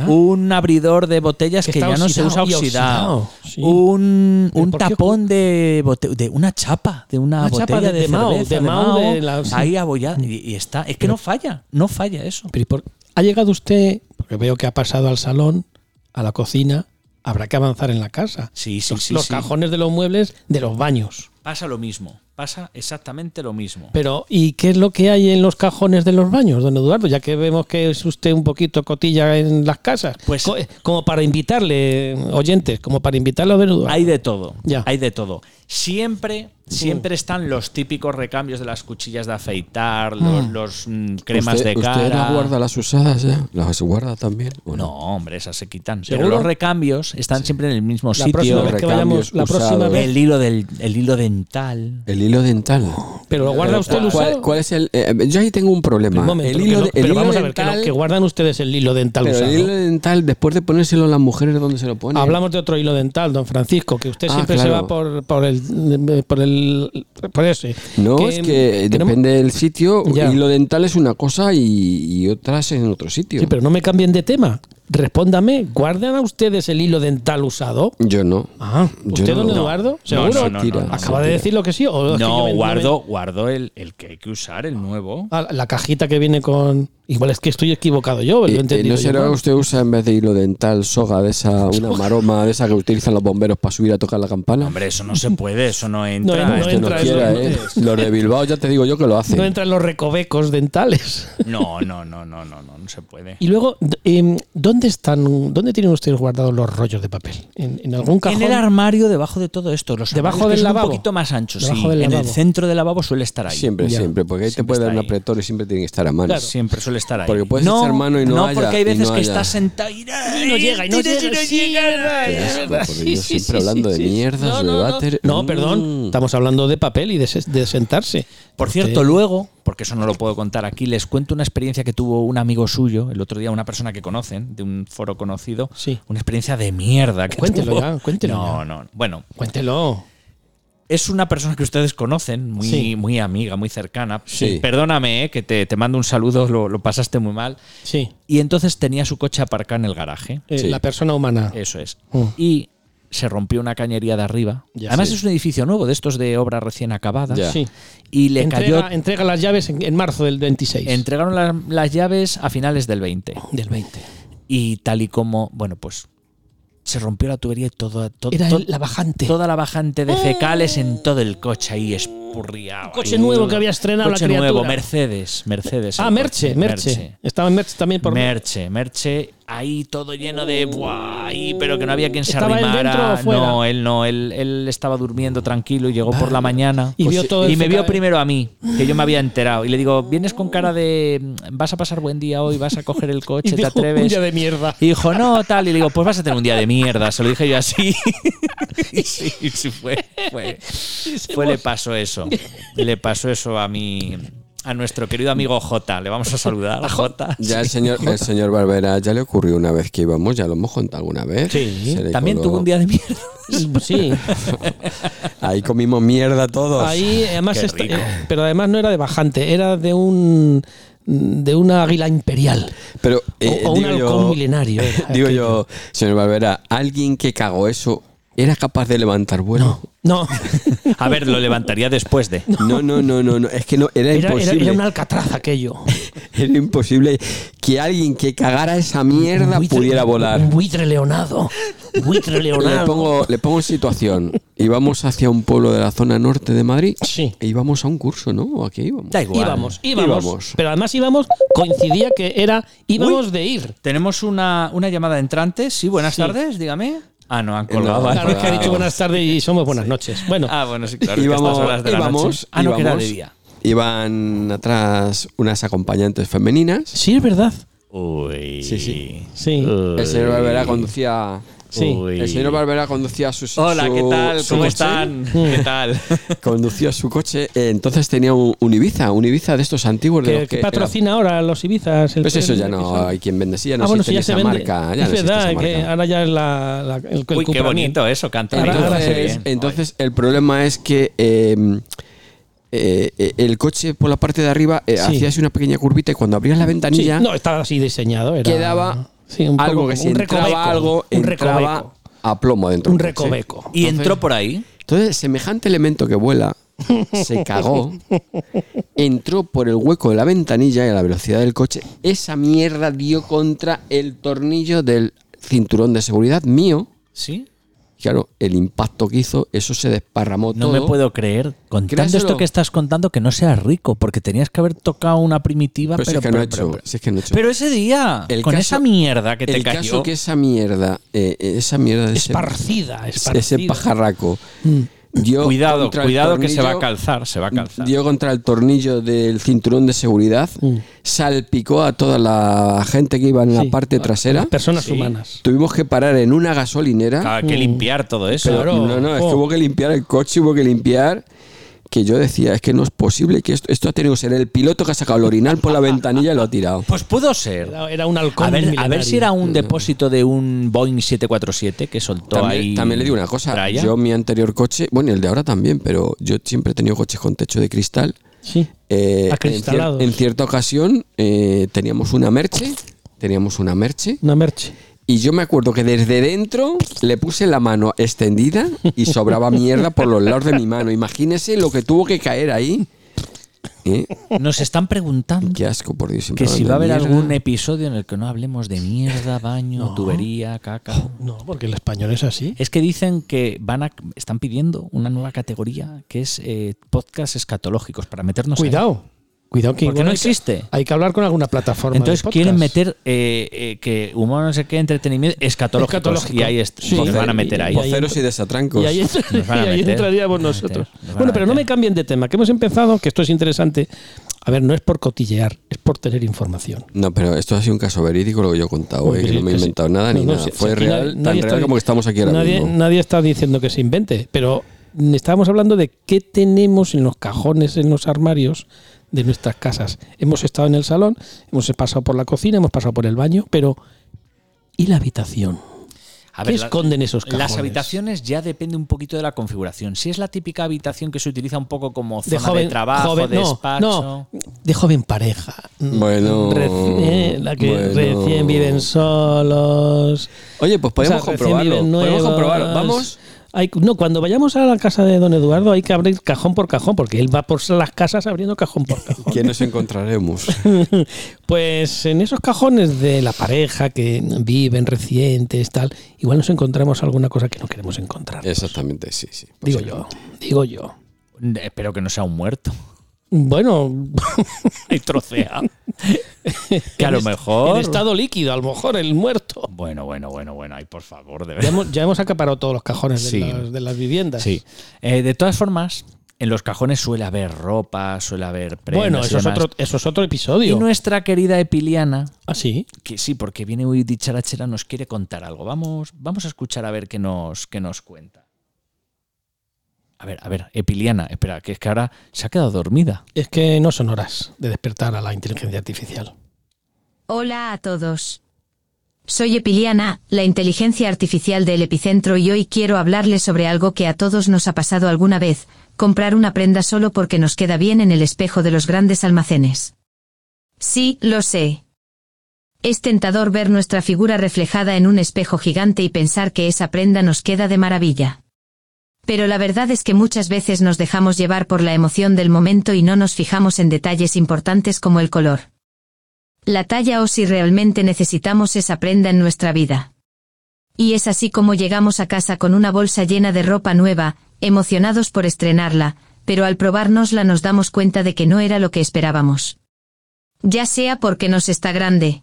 [SPEAKER 2] Un abridor de botellas
[SPEAKER 4] Que
[SPEAKER 2] que,
[SPEAKER 4] está
[SPEAKER 2] ya no se usa
[SPEAKER 4] oxidado y
[SPEAKER 2] oxidado.
[SPEAKER 4] oxidado, sí.
[SPEAKER 2] Un,
[SPEAKER 4] ¿Pero
[SPEAKER 2] un
[SPEAKER 4] por qué
[SPEAKER 2] tapón de, bote- de una chapa, de una,
[SPEAKER 4] Una
[SPEAKER 2] botella
[SPEAKER 4] chapa de-
[SPEAKER 2] de,
[SPEAKER 4] de Mao,
[SPEAKER 2] cerveza,
[SPEAKER 4] de Mao,
[SPEAKER 2] Mao,
[SPEAKER 4] de la- sí.
[SPEAKER 2] ahí abollada. Y, y está. Es que no falla, no falla eso.
[SPEAKER 4] Pero, ¿y por- ¿Ha llegado usted, porque veo que ha pasado al salón, a la cocina, habrá que avanzar en la casa?
[SPEAKER 2] Sí, sí,
[SPEAKER 4] los,
[SPEAKER 2] sí,
[SPEAKER 4] los
[SPEAKER 2] sí.
[SPEAKER 4] cajones de los muebles, de los baños.
[SPEAKER 2] Pasa lo mismo, pasa exactamente lo mismo.
[SPEAKER 4] Pero, ¿y qué es lo que hay en los cajones de los baños, don Eduardo? Ya que vemos que es usted un poquito cotilla en las casas.
[SPEAKER 2] Pues-
[SPEAKER 4] Co- como para invitarle, oyentes, como para invitarle a don Eduardo.
[SPEAKER 2] Hay de todo.
[SPEAKER 4] Ya. Mm.
[SPEAKER 2] Hay de todo. Siempre, siempre están los típicos recambios de las cuchillas de afeitar, los, los, mm, cremas de
[SPEAKER 3] usted,
[SPEAKER 2] cara.
[SPEAKER 3] ¿Usted las guarda las usadas ya? ¿Las guarda también? ¿O
[SPEAKER 2] No, hombre, esas se quitan.
[SPEAKER 4] ¿Seguro?
[SPEAKER 2] Pero los recambios están siempre en el mismo
[SPEAKER 4] la próxima
[SPEAKER 2] sitio.
[SPEAKER 4] vez que
[SPEAKER 3] recambios
[SPEAKER 4] vayamos, la próxima
[SPEAKER 3] usados.
[SPEAKER 4] vez.
[SPEAKER 2] El hilo del, el hilo dental.
[SPEAKER 3] El hilo dental.
[SPEAKER 4] Pero lo guarda
[SPEAKER 3] Pero
[SPEAKER 4] usted el
[SPEAKER 3] ¿cuál-
[SPEAKER 4] usado.
[SPEAKER 3] ¿Cuál es el...? eh, yo ahí tengo un problema.
[SPEAKER 4] Un momento,
[SPEAKER 3] el
[SPEAKER 4] que
[SPEAKER 3] hilo,
[SPEAKER 4] no-
[SPEAKER 3] de- el
[SPEAKER 4] pero
[SPEAKER 3] hilo
[SPEAKER 4] vamos a ver, que,
[SPEAKER 3] dental...
[SPEAKER 4] lo- que guardan ustedes el hilo dental
[SPEAKER 3] pero
[SPEAKER 4] usado.
[SPEAKER 3] el hilo dental, después de ponérselo a las mujeres, ¿dónde se lo pone?
[SPEAKER 4] Hablamos de otro hilo dental, don Francisco, que usted
[SPEAKER 3] Ah,
[SPEAKER 4] siempre se
[SPEAKER 3] claro.
[SPEAKER 4] va por, por el por el por ese.
[SPEAKER 3] No, es que
[SPEAKER 4] no-
[SPEAKER 3] depende del sitio.
[SPEAKER 4] Ya.
[SPEAKER 3] Hilo dental es una cosa y, y otras en otro sitio.
[SPEAKER 4] Sí, pero no me cambien de tema. Respóndame, ¿guardan a ustedes el hilo dental usado?
[SPEAKER 3] Yo no.
[SPEAKER 4] Ah,
[SPEAKER 3] Yo
[SPEAKER 4] ¿usted, don
[SPEAKER 3] no.
[SPEAKER 4] Eduardo?
[SPEAKER 2] No,
[SPEAKER 4] ¿Seguro?
[SPEAKER 2] no, no,
[SPEAKER 3] Tira.
[SPEAKER 2] no, no,
[SPEAKER 4] ¿Acaba
[SPEAKER 3] no,
[SPEAKER 4] de
[SPEAKER 3] tira.
[SPEAKER 4] decir lo que sí? ¿O es que yo
[SPEAKER 2] No,
[SPEAKER 4] me-
[SPEAKER 2] guardo, guardo el, el que hay que usar, el nuevo.
[SPEAKER 4] Ah, La cajita que viene con. Igual es que estoy equivocado yo,
[SPEAKER 3] Y-
[SPEAKER 4] lo he
[SPEAKER 3] eh,
[SPEAKER 4] entendido
[SPEAKER 3] ¿No
[SPEAKER 4] yo
[SPEAKER 3] será
[SPEAKER 4] mal.
[SPEAKER 3] que usted usa en vez de hilo dental soga de esa, una maroma de esa que utilizan los bomberos para subir a tocar la campana?
[SPEAKER 2] Hombre, eso no se puede, eso no entra.
[SPEAKER 4] No, no
[SPEAKER 2] esto
[SPEAKER 3] Usted no
[SPEAKER 4] entra, eso
[SPEAKER 3] quiera,
[SPEAKER 4] no
[SPEAKER 3] ¿eh?
[SPEAKER 4] es.
[SPEAKER 3] Los de Bilbao ya te digo yo que lo hacen.
[SPEAKER 4] No entran los recovecos dentales.
[SPEAKER 2] no, no, no, no, no, no, no se puede.
[SPEAKER 4] Y luego, d- em, ¿dónde están, dónde tienen ustedes guardados los rollos de papel? ¿En, en algún cajón?
[SPEAKER 2] En el armario debajo de todo esto, los
[SPEAKER 4] Debajo
[SPEAKER 2] armarios que
[SPEAKER 4] del
[SPEAKER 2] son
[SPEAKER 4] lavabo.
[SPEAKER 2] un poquito más anchos, sí.
[SPEAKER 4] Debajo del
[SPEAKER 2] en el
[SPEAKER 4] lavabo.
[SPEAKER 2] centro del lavabo suele estar ahí.
[SPEAKER 3] Siempre,
[SPEAKER 4] Ya.
[SPEAKER 3] siempre, porque ahí
[SPEAKER 2] Siempre
[SPEAKER 3] te puede
[SPEAKER 2] está
[SPEAKER 3] dar un
[SPEAKER 2] ahí.
[SPEAKER 3] apretón y siempre tiene que estar a mano.
[SPEAKER 4] Claro.
[SPEAKER 2] Siempre suele estar ahí.
[SPEAKER 3] Porque puedes echar mano y no haya-
[SPEAKER 2] porque hay
[SPEAKER 3] y no
[SPEAKER 2] veces que
[SPEAKER 3] haya.
[SPEAKER 2] estás sentado y,
[SPEAKER 4] Y no llega, y no
[SPEAKER 2] tira,
[SPEAKER 4] llega,
[SPEAKER 2] no
[SPEAKER 4] sí,
[SPEAKER 2] llega.
[SPEAKER 4] verdad,
[SPEAKER 3] Qué
[SPEAKER 4] es
[SPEAKER 3] asco,
[SPEAKER 4] verdad.
[SPEAKER 3] por
[SPEAKER 4] Sí,
[SPEAKER 3] Dios,
[SPEAKER 4] sí,
[SPEAKER 3] siempre
[SPEAKER 4] sí,
[SPEAKER 3] hablando
[SPEAKER 4] sí,
[SPEAKER 3] de
[SPEAKER 4] sí.
[SPEAKER 3] mierdas,
[SPEAKER 4] No,
[SPEAKER 3] de
[SPEAKER 4] no, no.
[SPEAKER 3] váter.
[SPEAKER 4] No,
[SPEAKER 3] Mm.
[SPEAKER 4] perdón, estamos hablando de papel y de, ses- de sentarse.
[SPEAKER 2] Por cierto, luego, porque eso no lo puedo contar aquí, les cuento una experiencia que tuvo un amigo suyo el otro día, una persona que conocen, de un foro conocido.
[SPEAKER 4] Sí.
[SPEAKER 2] Una experiencia de mierda. Que
[SPEAKER 4] Cuéntelo
[SPEAKER 2] tuvo.
[SPEAKER 4] ya, cuéntelo
[SPEAKER 2] No,
[SPEAKER 4] ya.
[SPEAKER 2] no. Bueno,
[SPEAKER 4] Cuéntelo.
[SPEAKER 2] es una persona que ustedes conocen, muy,
[SPEAKER 4] Sí.
[SPEAKER 2] muy amiga, muy cercana.
[SPEAKER 3] Sí.
[SPEAKER 2] Perdóname, eh, que te, te mando un saludo, lo, lo pasaste muy mal.
[SPEAKER 4] Sí,
[SPEAKER 2] Y entonces tenía su coche aparcado en el garaje.
[SPEAKER 4] eh,
[SPEAKER 3] Sí.
[SPEAKER 4] la persona humana.
[SPEAKER 2] Eso es.
[SPEAKER 4] Mm.
[SPEAKER 2] Y se rompió una cañería de arriba.
[SPEAKER 4] Ya,
[SPEAKER 2] Además
[SPEAKER 4] sí.
[SPEAKER 2] es un edificio nuevo, de estos de obra recién acabada.
[SPEAKER 3] Ya.
[SPEAKER 4] Sí.
[SPEAKER 2] Y le
[SPEAKER 4] Entrega,
[SPEAKER 2] cayó...
[SPEAKER 4] entrega las llaves en, en marzo del 26.
[SPEAKER 2] Entregaron la- las llaves a finales del 20.
[SPEAKER 4] del 20.
[SPEAKER 2] Y tal y como, bueno, pues se rompió la tubería y todo, to-
[SPEAKER 4] Era
[SPEAKER 2] to-
[SPEAKER 4] el- la bajante.
[SPEAKER 2] toda la bajante de fecales en todo el coche ahí espurriado.
[SPEAKER 4] coche nuevo que había estrenado la
[SPEAKER 2] Coche nuevo,
[SPEAKER 4] criatura.
[SPEAKER 2] Mercedes, Mercedes.
[SPEAKER 4] ah,
[SPEAKER 2] el
[SPEAKER 4] Merche,
[SPEAKER 2] coche,
[SPEAKER 4] Merche, Estaba en Merche también por
[SPEAKER 2] Merche, Merche, ahí todo lleno de buah, ahí, pero que no había quien se
[SPEAKER 4] ¿Estaba él dentro o
[SPEAKER 2] arrimara.
[SPEAKER 4] fuera?
[SPEAKER 2] No, él no, él, él estaba durmiendo tranquilo y llegó por la mañana. Pues,
[SPEAKER 4] Y vio todo el
[SPEAKER 2] me vio
[SPEAKER 4] fecal.
[SPEAKER 2] primero a mí, que yo me había enterado. Y le digo, vienes con cara de mm, vas a pasar buen día hoy, vas a coger el
[SPEAKER 4] Y
[SPEAKER 2] coche, te
[SPEAKER 4] dijo, un
[SPEAKER 2] atreves.
[SPEAKER 4] día de mierda.
[SPEAKER 2] Y dijo, no, tal. Y le digo, pues vas a tener un día de mierda. Se lo dije yo así. Y sí, y sí fue. fue. Fue, le pasó eso. Le pasó eso a mi. A nuestro querido amigo J. Le vamos a saludar a J.
[SPEAKER 3] Ya el señor, el señor Barbera ya le ocurrió una vez que íbamos, ya lo hemos contado alguna vez.
[SPEAKER 4] Sí.
[SPEAKER 3] Se le
[SPEAKER 2] También
[SPEAKER 3] coló-
[SPEAKER 2] tuvo un día de mierda.
[SPEAKER 4] Sí.
[SPEAKER 3] Ahí comimos mierda todos.
[SPEAKER 4] Ahí, además,
[SPEAKER 2] Qué
[SPEAKER 4] esta-
[SPEAKER 2] rico.
[SPEAKER 4] eh, pero además no era de bajante, era de un de una águila imperial
[SPEAKER 3] Pero eh,
[SPEAKER 4] o, o un
[SPEAKER 3] digo
[SPEAKER 4] halcón
[SPEAKER 3] yo-
[SPEAKER 4] milenario. era
[SPEAKER 3] Digo yo,
[SPEAKER 4] aquello.
[SPEAKER 3] señor Barbera, alguien que cagó eso era capaz de levantar vuelo.
[SPEAKER 4] No,
[SPEAKER 2] A ver, lo levantaría después de.
[SPEAKER 3] No, no, no, no, no, es que no, era,
[SPEAKER 4] era, era,
[SPEAKER 3] imposible.
[SPEAKER 4] era un alcatraz aquello.
[SPEAKER 3] Era imposible que alguien que cagara esa mierda
[SPEAKER 4] Un buitre-
[SPEAKER 3] pudiera volar.
[SPEAKER 4] Un buitre leonado. Un buitre
[SPEAKER 3] Le
[SPEAKER 4] leonado.
[SPEAKER 3] pongo, le pongo en situación. Íbamos hacia un pueblo de la zona norte de Madrid.
[SPEAKER 4] Sí.
[SPEAKER 3] E íbamos a un curso, ¿no? ¿O ¿A qué íbamos?
[SPEAKER 2] Da igual.
[SPEAKER 4] Íbamos, íbamos,
[SPEAKER 3] Íbamos.
[SPEAKER 4] Pero además íbamos, coincidía que era íbamos de ir.
[SPEAKER 2] Tenemos una, una llamada entrante. Sí, buenas
[SPEAKER 4] Sí.
[SPEAKER 2] tardes, dígame. Ah, no, han colgado.
[SPEAKER 3] No,
[SPEAKER 2] vale.
[SPEAKER 4] Claro, es que ha dicho
[SPEAKER 3] Vamos.
[SPEAKER 4] buenas tardes y somos buenas noches. Bueno,
[SPEAKER 2] Ah, bueno, sí, claro. es que
[SPEAKER 3] íbamos,
[SPEAKER 2] estas horas de la
[SPEAKER 3] íbamos,
[SPEAKER 2] noche. Ah, no, que era de
[SPEAKER 3] íbamos.
[SPEAKER 2] día.
[SPEAKER 3] Iban atrás unas acompañantes femeninas.
[SPEAKER 4] sí, es verdad.
[SPEAKER 2] Uy.
[SPEAKER 3] Sí, sí.
[SPEAKER 4] Sí,
[SPEAKER 3] El señor Barbera conducía.
[SPEAKER 4] sí.
[SPEAKER 2] Uy.
[SPEAKER 3] El señor Barbera conducía sus- su.
[SPEAKER 2] Hola, ¿qué tal?
[SPEAKER 3] su
[SPEAKER 2] ¿Cómo
[SPEAKER 3] coche.
[SPEAKER 2] están? ¿Qué tal?
[SPEAKER 3] Conducía su coche. eh, Entonces tenía un, un Ibiza, un Ibiza de estos antiguos de
[SPEAKER 4] Que,
[SPEAKER 3] los que.
[SPEAKER 4] que patrocina ahora los Ibizas. el
[SPEAKER 3] Pues eso
[SPEAKER 4] tren
[SPEAKER 3] ya no
[SPEAKER 4] que son.
[SPEAKER 3] hay quien vende. Sí, ya no
[SPEAKER 4] ah, bueno,
[SPEAKER 3] existe
[SPEAKER 4] sí, ya
[SPEAKER 3] esa
[SPEAKER 4] se vende.
[SPEAKER 3] marca. Ya
[SPEAKER 4] es
[SPEAKER 3] no existe
[SPEAKER 4] verdad,
[SPEAKER 3] esa
[SPEAKER 4] que
[SPEAKER 3] marca.
[SPEAKER 4] ahora ya es la, la- el, el
[SPEAKER 2] Uy, qué
[SPEAKER 4] Cupra
[SPEAKER 2] bonito ¿eh? eso, canta.
[SPEAKER 4] Ahora- ahora se
[SPEAKER 3] Entonces, entonces el problema es que eh, eh, eh, el coche por la parte de arriba eh,
[SPEAKER 4] Sí.
[SPEAKER 3] hacía así una pequeña curvita y cuando abrías la
[SPEAKER 4] Sí,
[SPEAKER 3] ventanilla
[SPEAKER 4] no, estaba así diseñado. Era,
[SPEAKER 3] quedaba
[SPEAKER 4] sí, un poco
[SPEAKER 3] algo
[SPEAKER 4] como
[SPEAKER 3] que si
[SPEAKER 4] un
[SPEAKER 3] entraba
[SPEAKER 4] recoveco,
[SPEAKER 3] algo
[SPEAKER 4] Un
[SPEAKER 3] entraba
[SPEAKER 4] recoveco.
[SPEAKER 3] a plomo dentro.
[SPEAKER 4] Un
[SPEAKER 3] del coche.
[SPEAKER 4] recoveco.
[SPEAKER 2] Y entró por ahí.
[SPEAKER 3] Entonces semejante elemento que vuela se cagó, entró por el hueco de la ventanilla y a la velocidad del coche. Esa mierda dio contra el tornillo del cinturón de seguridad mío.
[SPEAKER 2] ¿Sí?
[SPEAKER 3] Claro, el impacto que hizo, eso se desparramó
[SPEAKER 2] No
[SPEAKER 3] todo.
[SPEAKER 2] me puedo creer, contando
[SPEAKER 3] Créaselo.
[SPEAKER 2] esto que estás contando, que no seas rico, porque tenías que haber tocado una primitiva,
[SPEAKER 3] Pero
[SPEAKER 2] pero,
[SPEAKER 3] si Pues es que no he
[SPEAKER 2] pero-
[SPEAKER 3] hecho.
[SPEAKER 2] pero-
[SPEAKER 3] si es que no he hecho.
[SPEAKER 2] pero ese día,
[SPEAKER 3] El
[SPEAKER 2] con
[SPEAKER 3] caso-
[SPEAKER 2] esa mierda que te
[SPEAKER 3] el
[SPEAKER 2] cayó,
[SPEAKER 3] caso que esa mierda, eh, eh, esa mierda de ese,
[SPEAKER 4] Esparcida, esparcida.
[SPEAKER 3] ese pajarraco, dio
[SPEAKER 2] Mm. cuidado,
[SPEAKER 3] contra el
[SPEAKER 2] cuidado que se va a
[SPEAKER 3] tornillo- mm,
[SPEAKER 2] calzar, se va a calzar. Mm.
[SPEAKER 3] Dio contra el tornillo del cinturón de seguridad, salpicó a toda la gente que iba en
[SPEAKER 4] Sí.
[SPEAKER 3] la parte trasera.
[SPEAKER 4] Personas humanas.
[SPEAKER 3] Tuvimos que parar en una gasolinera.
[SPEAKER 2] Claro, Oh. hay que limpiar todo eso.
[SPEAKER 4] Pero- claro.
[SPEAKER 3] No, no, es que
[SPEAKER 4] Jo.
[SPEAKER 3] hubo que limpiar el coche, hubo que limpiar. Que yo decía, es que no es posible que esto, esto ha tenido que ser el piloto que ha sacado el orinal por la ventanilla y lo ha tirado.
[SPEAKER 2] Pues pudo ser.
[SPEAKER 4] Era, era un halcón.
[SPEAKER 2] A ver, a ver
[SPEAKER 4] milenario.
[SPEAKER 2] si era un depósito de un Boeing 747 que soltó ahí.
[SPEAKER 3] También, también le digo una cosa,
[SPEAKER 2] tralla.
[SPEAKER 3] yo mi anterior coche, bueno, y el de ahora también, pero yo siempre he tenido coches con techo de cristal.
[SPEAKER 4] Sí.
[SPEAKER 3] Eh, en, cier-
[SPEAKER 4] Acristalados.
[SPEAKER 3] en cierta ocasión eh, teníamos una merche, teníamos una merche,
[SPEAKER 4] Una merche.
[SPEAKER 3] y yo me acuerdo que desde dentro le puse la mano extendida y sobraba mierda por los lados de mi mano. Imagínese lo que tuvo que caer ahí. ¿eh?
[SPEAKER 2] Nos están preguntando
[SPEAKER 3] Qué asco, por Dios. siempre
[SPEAKER 2] que si
[SPEAKER 3] hablando
[SPEAKER 2] va a
[SPEAKER 3] de
[SPEAKER 2] haber
[SPEAKER 3] mierda.
[SPEAKER 2] algún episodio en el que no hablemos de mierda, baño, tubería, caca.
[SPEAKER 3] Oh.
[SPEAKER 4] No, porque el español es así.
[SPEAKER 2] Es que dicen que van a, están pidiendo una nueva categoría que es eh, podcast escatológicos para meternos ahí.
[SPEAKER 4] Cuidado. Cuidado que
[SPEAKER 2] Porque
[SPEAKER 4] igual
[SPEAKER 2] no
[SPEAKER 4] hay que-
[SPEAKER 2] existe.
[SPEAKER 4] Hay que hablar con alguna plataforma. de
[SPEAKER 2] Entonces
[SPEAKER 4] podcast.
[SPEAKER 2] quieren meter eh, eh, que humano no sé qué entretenimiento escatológicos
[SPEAKER 4] Escatológico.
[SPEAKER 2] y ahí est-
[SPEAKER 4] Sí.
[SPEAKER 2] nos van a meter ahí.
[SPEAKER 3] Voceros y desatrancos.
[SPEAKER 4] Y ahí, entra-
[SPEAKER 2] Nos van a
[SPEAKER 4] y ahí
[SPEAKER 2] meter,
[SPEAKER 4] entraríamos
[SPEAKER 2] nos van a meter,
[SPEAKER 4] nosotros.
[SPEAKER 2] nos van
[SPEAKER 4] bueno,
[SPEAKER 2] a
[SPEAKER 4] pero no
[SPEAKER 2] meter.
[SPEAKER 4] me cambien de tema, que hemos empezado, que esto es interesante. A ver, no es por cotillear, es por tener información.
[SPEAKER 3] No, pero esto ha sido un caso verídico lo que yo he contado,
[SPEAKER 4] Porque
[SPEAKER 3] ¿eh? que no me he
[SPEAKER 4] sí.
[SPEAKER 3] inventado nada ni
[SPEAKER 4] pues No, no,
[SPEAKER 3] nada.
[SPEAKER 4] si-
[SPEAKER 3] Fue
[SPEAKER 4] si aquí
[SPEAKER 3] real,
[SPEAKER 4] nadie-
[SPEAKER 3] tan
[SPEAKER 4] nadie
[SPEAKER 3] real
[SPEAKER 4] está-
[SPEAKER 3] como que estamos aquí ahora
[SPEAKER 4] nadie,
[SPEAKER 3] mismo.
[SPEAKER 4] Nadie está diciendo que se invente, pero mm, estábamos hablando de qué tenemos en los cajones, en los armarios de nuestras casas. Hemos estado en el salón, hemos pasado por la cocina, hemos pasado por el baño, pero ¿y la habitación?
[SPEAKER 2] A
[SPEAKER 4] ¿Qué esconden esos cajones?
[SPEAKER 2] Las habitaciones ya depende un poquito de la configuración. Si es la típica habitación que se utiliza un poco como zona de, trabajo,
[SPEAKER 4] joven-
[SPEAKER 2] de
[SPEAKER 4] no,
[SPEAKER 2] despacho.
[SPEAKER 4] no, de joven pareja.
[SPEAKER 3] Bueno,
[SPEAKER 4] Reci- eh, la que
[SPEAKER 3] bueno.
[SPEAKER 4] recién viven solos.
[SPEAKER 3] Oye, pues
[SPEAKER 4] O
[SPEAKER 3] podemos
[SPEAKER 4] sea, recién
[SPEAKER 3] comprobarlo.
[SPEAKER 4] viven
[SPEAKER 3] Podemos
[SPEAKER 4] nuevos.
[SPEAKER 3] comprobarlo. Vamos.
[SPEAKER 4] Hay- no, cuando vayamos a la casa de don Eduardo hay que abrir cajón por cajón, porque él va por las casas abriendo cajón por cajón.
[SPEAKER 3] Que nos encontraremos.
[SPEAKER 4] Pues en esos cajones de la pareja que viven recientes, tal, igual nos encontramos alguna cosa que no queremos encontrar.
[SPEAKER 3] Exactamente, sí, sí. Pues
[SPEAKER 4] digo
[SPEAKER 3] Eh, sí.
[SPEAKER 4] yo, digo yo.
[SPEAKER 2] Espero que no sea un muerto.
[SPEAKER 4] Bueno,
[SPEAKER 2] Y trocea. que a lo
[SPEAKER 4] en
[SPEAKER 2] mejor.
[SPEAKER 4] estado líquido, a lo mejor el muerto.
[SPEAKER 2] Bueno, bueno, bueno, bueno. Ay, por favor, de
[SPEAKER 4] Ya
[SPEAKER 2] verdad.
[SPEAKER 4] hemos, ya hemos acaparado todos los cajones de,
[SPEAKER 2] Sí.
[SPEAKER 4] las, de las viviendas.
[SPEAKER 2] Sí. Eh, de todas formas, en los cajones suele haber ropa, suele haber prendas.
[SPEAKER 4] Bueno,
[SPEAKER 2] y
[SPEAKER 4] eso es,
[SPEAKER 2] demás.
[SPEAKER 4] otro, eso es otro
[SPEAKER 2] Y
[SPEAKER 4] episodio.
[SPEAKER 2] nuestra querida Epiliana,
[SPEAKER 4] ¿Ah, sí?
[SPEAKER 2] que sí, porque viene hoy dicharachera, nos quiere contar algo. Vamos, vamos a escuchar a ver qué nos, qué nos cuenta. A ver, a ver, Epiliana, espera, que es que ahora se ha quedado dormida.
[SPEAKER 4] Es que no son horas de despertar a la inteligencia artificial.
[SPEAKER 5] Hola a todos. Soy Epiliana, la inteligencia artificial del epicentro y hoy quiero hablarles sobre algo que a todos nos ha pasado alguna vez, comprar una prenda solo porque nos queda bien en el espejo de los grandes almacenes. Sí, lo sé. Es tentador ver nuestra figura reflejada en un espejo gigante y pensar que esa prenda nos queda de maravilla. Pero la verdad es que muchas veces nos dejamos llevar por la emoción del momento y no nos fijamos en detalles importantes como el color la talla o si realmente necesitamos esa prenda en nuestra vida. Y es así como llegamos a casa con una bolsa llena de ropa nueva, emocionados por estrenarla, pero al probárnosla nos damos cuenta de que no era lo que esperábamos. Ya sea porque nos está grande.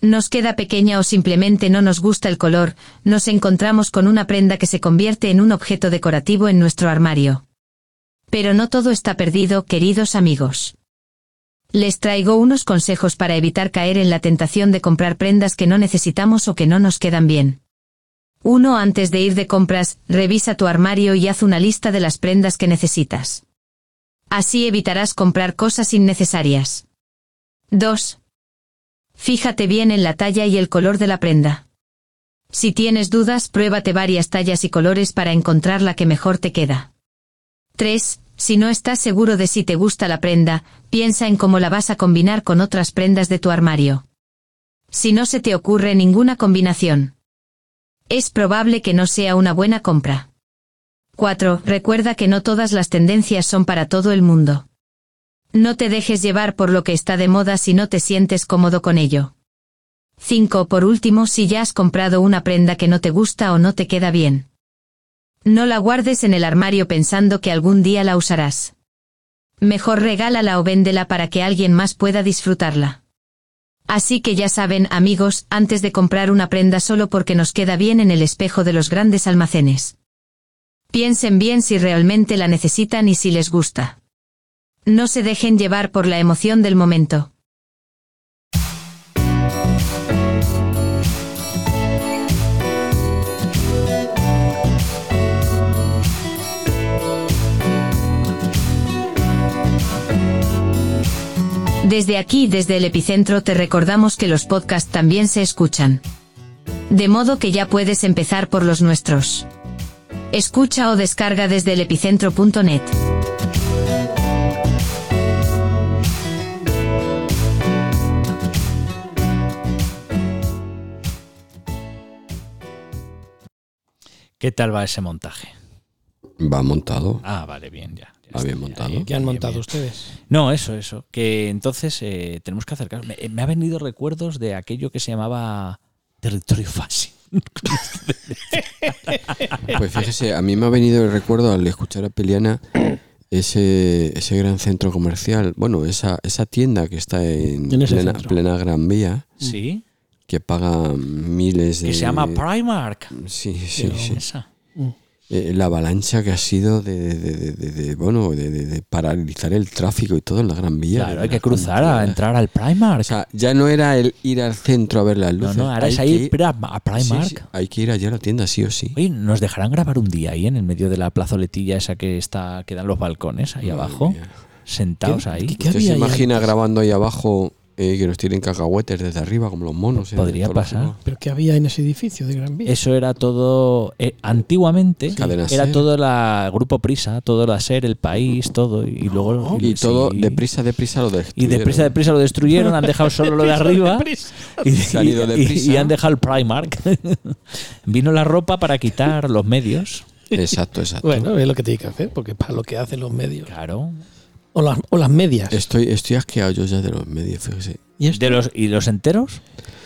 [SPEAKER 5] Nos queda pequeña o simplemente no nos gusta el color, nos encontramos con una prenda que se convierte en un objeto decorativo en nuestro armario. Pero no todo está perdido, queridos amigos. Les traigo unos consejos para evitar caer en la tentación de comprar prendas que no necesitamos o que no nos quedan bien. 1. Antes de ir de compras, revisa tu armario y haz una lista de las prendas que necesitas. Así evitarás comprar cosas innecesarias. 2. Fíjate bien en la talla y el color de la prenda. Si tienes dudas, pruébate varias tallas y colores para encontrar la que mejor te queda. 3. Si no estás seguro de si te gusta la prenda, piensa en cómo la vas a combinar con otras prendas de tu armario. Si no se te ocurre ninguna combinación, es probable que no sea una buena compra. 4. Recuerda que no todas las tendencias son para todo el mundo. No te dejes llevar por lo que está de moda si no te sientes cómodo con ello. 5. Por último, si ya has comprado una prenda que no te gusta o no te queda bien. No la guardes en el armario pensando que algún día la usarás. Mejor regálala o véndela para que alguien más pueda disfrutarla. Así que ya saben, amigos, antes de comprar una prenda solo porque nos queda bien en el espejo de los grandes almacenes. Piensen bien si realmente la necesitan y si les gusta. No se dejen llevar por la emoción del momento. Desde aquí, desde el epicentro, te recordamos que los podcasts también se escuchan. De modo que ya puedes empezar por los nuestros. Escucha o descarga desde el epicentro.net.
[SPEAKER 2] ¿Qué tal va ese montaje?
[SPEAKER 3] Va montado.
[SPEAKER 2] Ah, vale, bien, ya. ya
[SPEAKER 3] Va
[SPEAKER 2] está,
[SPEAKER 3] bien
[SPEAKER 2] ya,
[SPEAKER 3] montado.
[SPEAKER 2] ya,
[SPEAKER 4] Ah, ¿Qué
[SPEAKER 2] ya,
[SPEAKER 4] han
[SPEAKER 2] bien,
[SPEAKER 4] montado
[SPEAKER 2] bien.
[SPEAKER 4] ustedes?
[SPEAKER 2] No, eso, eso. Que entonces eh, tenemos que acercarnos. Me, me ha venido recuerdos de aquello que se llamaba territorio fácil.
[SPEAKER 3] Pues fíjese, a mí me ha venido el recuerdo al escuchar a Peliana ese, ese gran centro comercial, bueno, esa, esa tienda que está en,
[SPEAKER 4] En ese
[SPEAKER 3] plena,
[SPEAKER 4] centro.
[SPEAKER 3] plena Gran Vía,
[SPEAKER 2] Sí.
[SPEAKER 3] que paga miles de...
[SPEAKER 2] Que se llama Primark.
[SPEAKER 3] Sí, sí, sí.
[SPEAKER 2] Esa.
[SPEAKER 3] Eh, la avalancha que ha sido de, de- de- de- de- bueno, de, de- de paralizar el tráfico y todo en la Gran Vía.
[SPEAKER 2] Claro,
[SPEAKER 3] De
[SPEAKER 2] hay que
[SPEAKER 3] la
[SPEAKER 2] cruzar
[SPEAKER 3] cantidad
[SPEAKER 2] a
[SPEAKER 3] de-
[SPEAKER 2] entrar al Primark.
[SPEAKER 3] O sea, ya no era el ir al centro a ver las
[SPEAKER 2] no,
[SPEAKER 3] luces.
[SPEAKER 2] no, ahora
[SPEAKER 3] hay
[SPEAKER 2] es a ir
[SPEAKER 3] que-
[SPEAKER 2] pra- a Primark.
[SPEAKER 3] Sí, sí, hay que ir allá a la tienda, sí o sí.
[SPEAKER 2] Oye, ¿nos dejarán grabar un día ahí en el medio de la plazoletilla esa que está que dan los balcones ahí abajo?
[SPEAKER 3] mía.
[SPEAKER 2] Sentados ahí.
[SPEAKER 4] qué- qué
[SPEAKER 3] ¿Usted
[SPEAKER 4] había
[SPEAKER 3] se
[SPEAKER 4] ahí
[SPEAKER 3] imagina
[SPEAKER 4] antes?
[SPEAKER 3] grabando ahí abajo eh, que nos tiren cacahuetes desde arriba como los monos? en el
[SPEAKER 2] Podría
[SPEAKER 3] zoológico?
[SPEAKER 2] pasar.
[SPEAKER 4] ¿Pero qué había en ese edificio de Gran Vía?
[SPEAKER 2] Eso era todo. eh, antiguamente
[SPEAKER 3] Cadena
[SPEAKER 2] era
[SPEAKER 3] Ser.
[SPEAKER 2] todo la Grupo Prisa, todo la Ser, el país, todo. Y, luego.
[SPEAKER 3] Y todo
[SPEAKER 2] sí.
[SPEAKER 3] deprisa, deprisa lo
[SPEAKER 2] Y
[SPEAKER 3] destruyeron.
[SPEAKER 2] deprisa, deprisa lo destruyeron, han dejado solo lo de arriba. Y,
[SPEAKER 3] Se han ido
[SPEAKER 2] y-
[SPEAKER 3] deprisa.
[SPEAKER 2] y han dejado el Primark. Vino la ropa para quitar los medios.
[SPEAKER 3] Exacto, exacto.
[SPEAKER 4] Bueno, es lo que tiene que hacer, porque para lo que hacen los medios.
[SPEAKER 2] Claro.
[SPEAKER 4] O las, o las medias.
[SPEAKER 3] Estoy, estoy asqueado yo ya de los medios, fíjese.
[SPEAKER 4] ¿Y esto?
[SPEAKER 2] De los, ¿Y los enteros?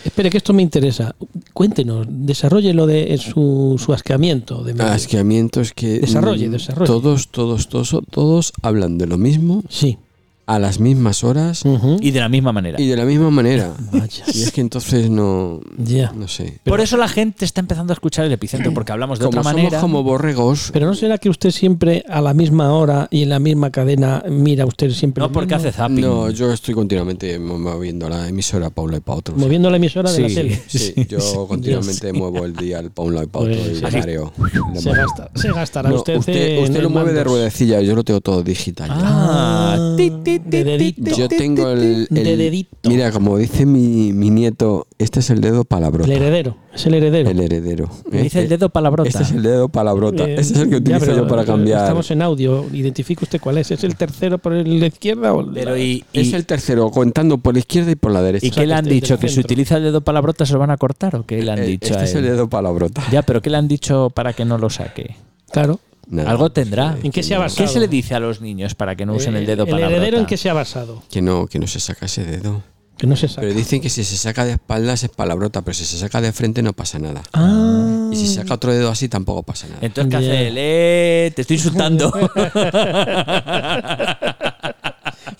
[SPEAKER 4] Espere, que esto me interesa. Cuéntenos, desarrolle lo de eh, su, su asqueamiento de medios.
[SPEAKER 3] Asqueamientos Ah, que.
[SPEAKER 4] Desarrolle,
[SPEAKER 3] mm,
[SPEAKER 4] desarrolle.
[SPEAKER 3] Todos, todos, todos, todos hablan de lo mismo,
[SPEAKER 4] Sí.
[SPEAKER 3] a las mismas horas
[SPEAKER 4] Ujú.
[SPEAKER 2] Y de la misma manera.
[SPEAKER 3] y de la misma manera.
[SPEAKER 4] Vaya.
[SPEAKER 3] Y es que entonces no.
[SPEAKER 4] Ya.
[SPEAKER 3] No sé.
[SPEAKER 2] Por eso la gente está empezando a escuchar el epicentro, porque hablamos de
[SPEAKER 3] Como
[SPEAKER 2] otra
[SPEAKER 3] somos
[SPEAKER 2] manera.
[SPEAKER 3] como borregos,
[SPEAKER 4] Pero no será que usted siempre a la misma hora y en la misma cadena mira usted siempre.
[SPEAKER 2] no
[SPEAKER 4] lo
[SPEAKER 2] porque
[SPEAKER 4] mismo?
[SPEAKER 2] hace zapping.
[SPEAKER 3] No, yo estoy continuamente moviendo la emisora para un lado y para otro.
[SPEAKER 4] Moviendo la emisora de
[SPEAKER 2] Sí.
[SPEAKER 4] la tele.
[SPEAKER 3] Pues Sí, yo continuamente muevo el dial para un lado y para otro
[SPEAKER 4] Pues,
[SPEAKER 3] y le
[SPEAKER 4] así.
[SPEAKER 3] mareo. Le
[SPEAKER 4] Se,
[SPEAKER 3] mareo.
[SPEAKER 4] gasta- se gastará
[SPEAKER 3] No,
[SPEAKER 4] usted.
[SPEAKER 3] usted usted,
[SPEAKER 4] en-
[SPEAKER 3] lo
[SPEAKER 4] en
[SPEAKER 3] mueve de
[SPEAKER 4] mandos.
[SPEAKER 3] ruedecilla, yo lo tengo todo digital. ya.
[SPEAKER 2] Ah, ti, ti, ti,
[SPEAKER 4] de dedito.
[SPEAKER 3] yo tengo el, el-
[SPEAKER 4] De dedito.
[SPEAKER 3] Mira, como dice mi, mi nieto, este es el dedo palabrota.
[SPEAKER 4] El heredero. Es el heredero.
[SPEAKER 3] El heredero.
[SPEAKER 2] Me dice el dedo palabrota.
[SPEAKER 3] Este es el dedo palabrota.
[SPEAKER 4] Eh,
[SPEAKER 3] este es el que
[SPEAKER 4] ya,
[SPEAKER 3] utilizo
[SPEAKER 4] pero
[SPEAKER 3] yo para cambiar.
[SPEAKER 4] Estamos en audio. Identifique usted cuál es. ¿Es el tercero por el- la izquierda o el
[SPEAKER 2] Pero y, y-
[SPEAKER 3] Es el tercero, contando por la izquierda y por la derecha.
[SPEAKER 2] ¿y qué le han
[SPEAKER 4] que estoy
[SPEAKER 2] dicho?
[SPEAKER 4] del
[SPEAKER 2] ¿Que si
[SPEAKER 4] centro.
[SPEAKER 2] utiliza el dedo palabrota se lo van a cortar o qué le han
[SPEAKER 3] Eh,
[SPEAKER 2] dicho
[SPEAKER 3] este
[SPEAKER 2] a
[SPEAKER 3] es el
[SPEAKER 2] él?
[SPEAKER 3] dedo palabrota.
[SPEAKER 2] Ya, pero ¿qué le han dicho para que no lo saque?
[SPEAKER 4] Claro.
[SPEAKER 3] Nada, pues, eh,
[SPEAKER 2] Algo tendrá.
[SPEAKER 4] ¿En qué se ha basado? Eh,
[SPEAKER 2] ¿Qué se le dice a los niños para que no usen el dedo
[SPEAKER 4] ¿El
[SPEAKER 2] palabrota?
[SPEAKER 4] heredero en qué se ha basado?
[SPEAKER 3] Que no, que no se saca ese dedo.
[SPEAKER 4] Que no se sabe.
[SPEAKER 3] Pero dicen que si se saca de espaldas es palabrota, pero si se saca de frente no pasa nada.
[SPEAKER 4] Ah.
[SPEAKER 3] Y si se saca otro dedo así tampoco pasa nada.
[SPEAKER 2] Entonces, ¿qué
[SPEAKER 4] Ya.
[SPEAKER 2] hace él? Eh, te estoy insultando.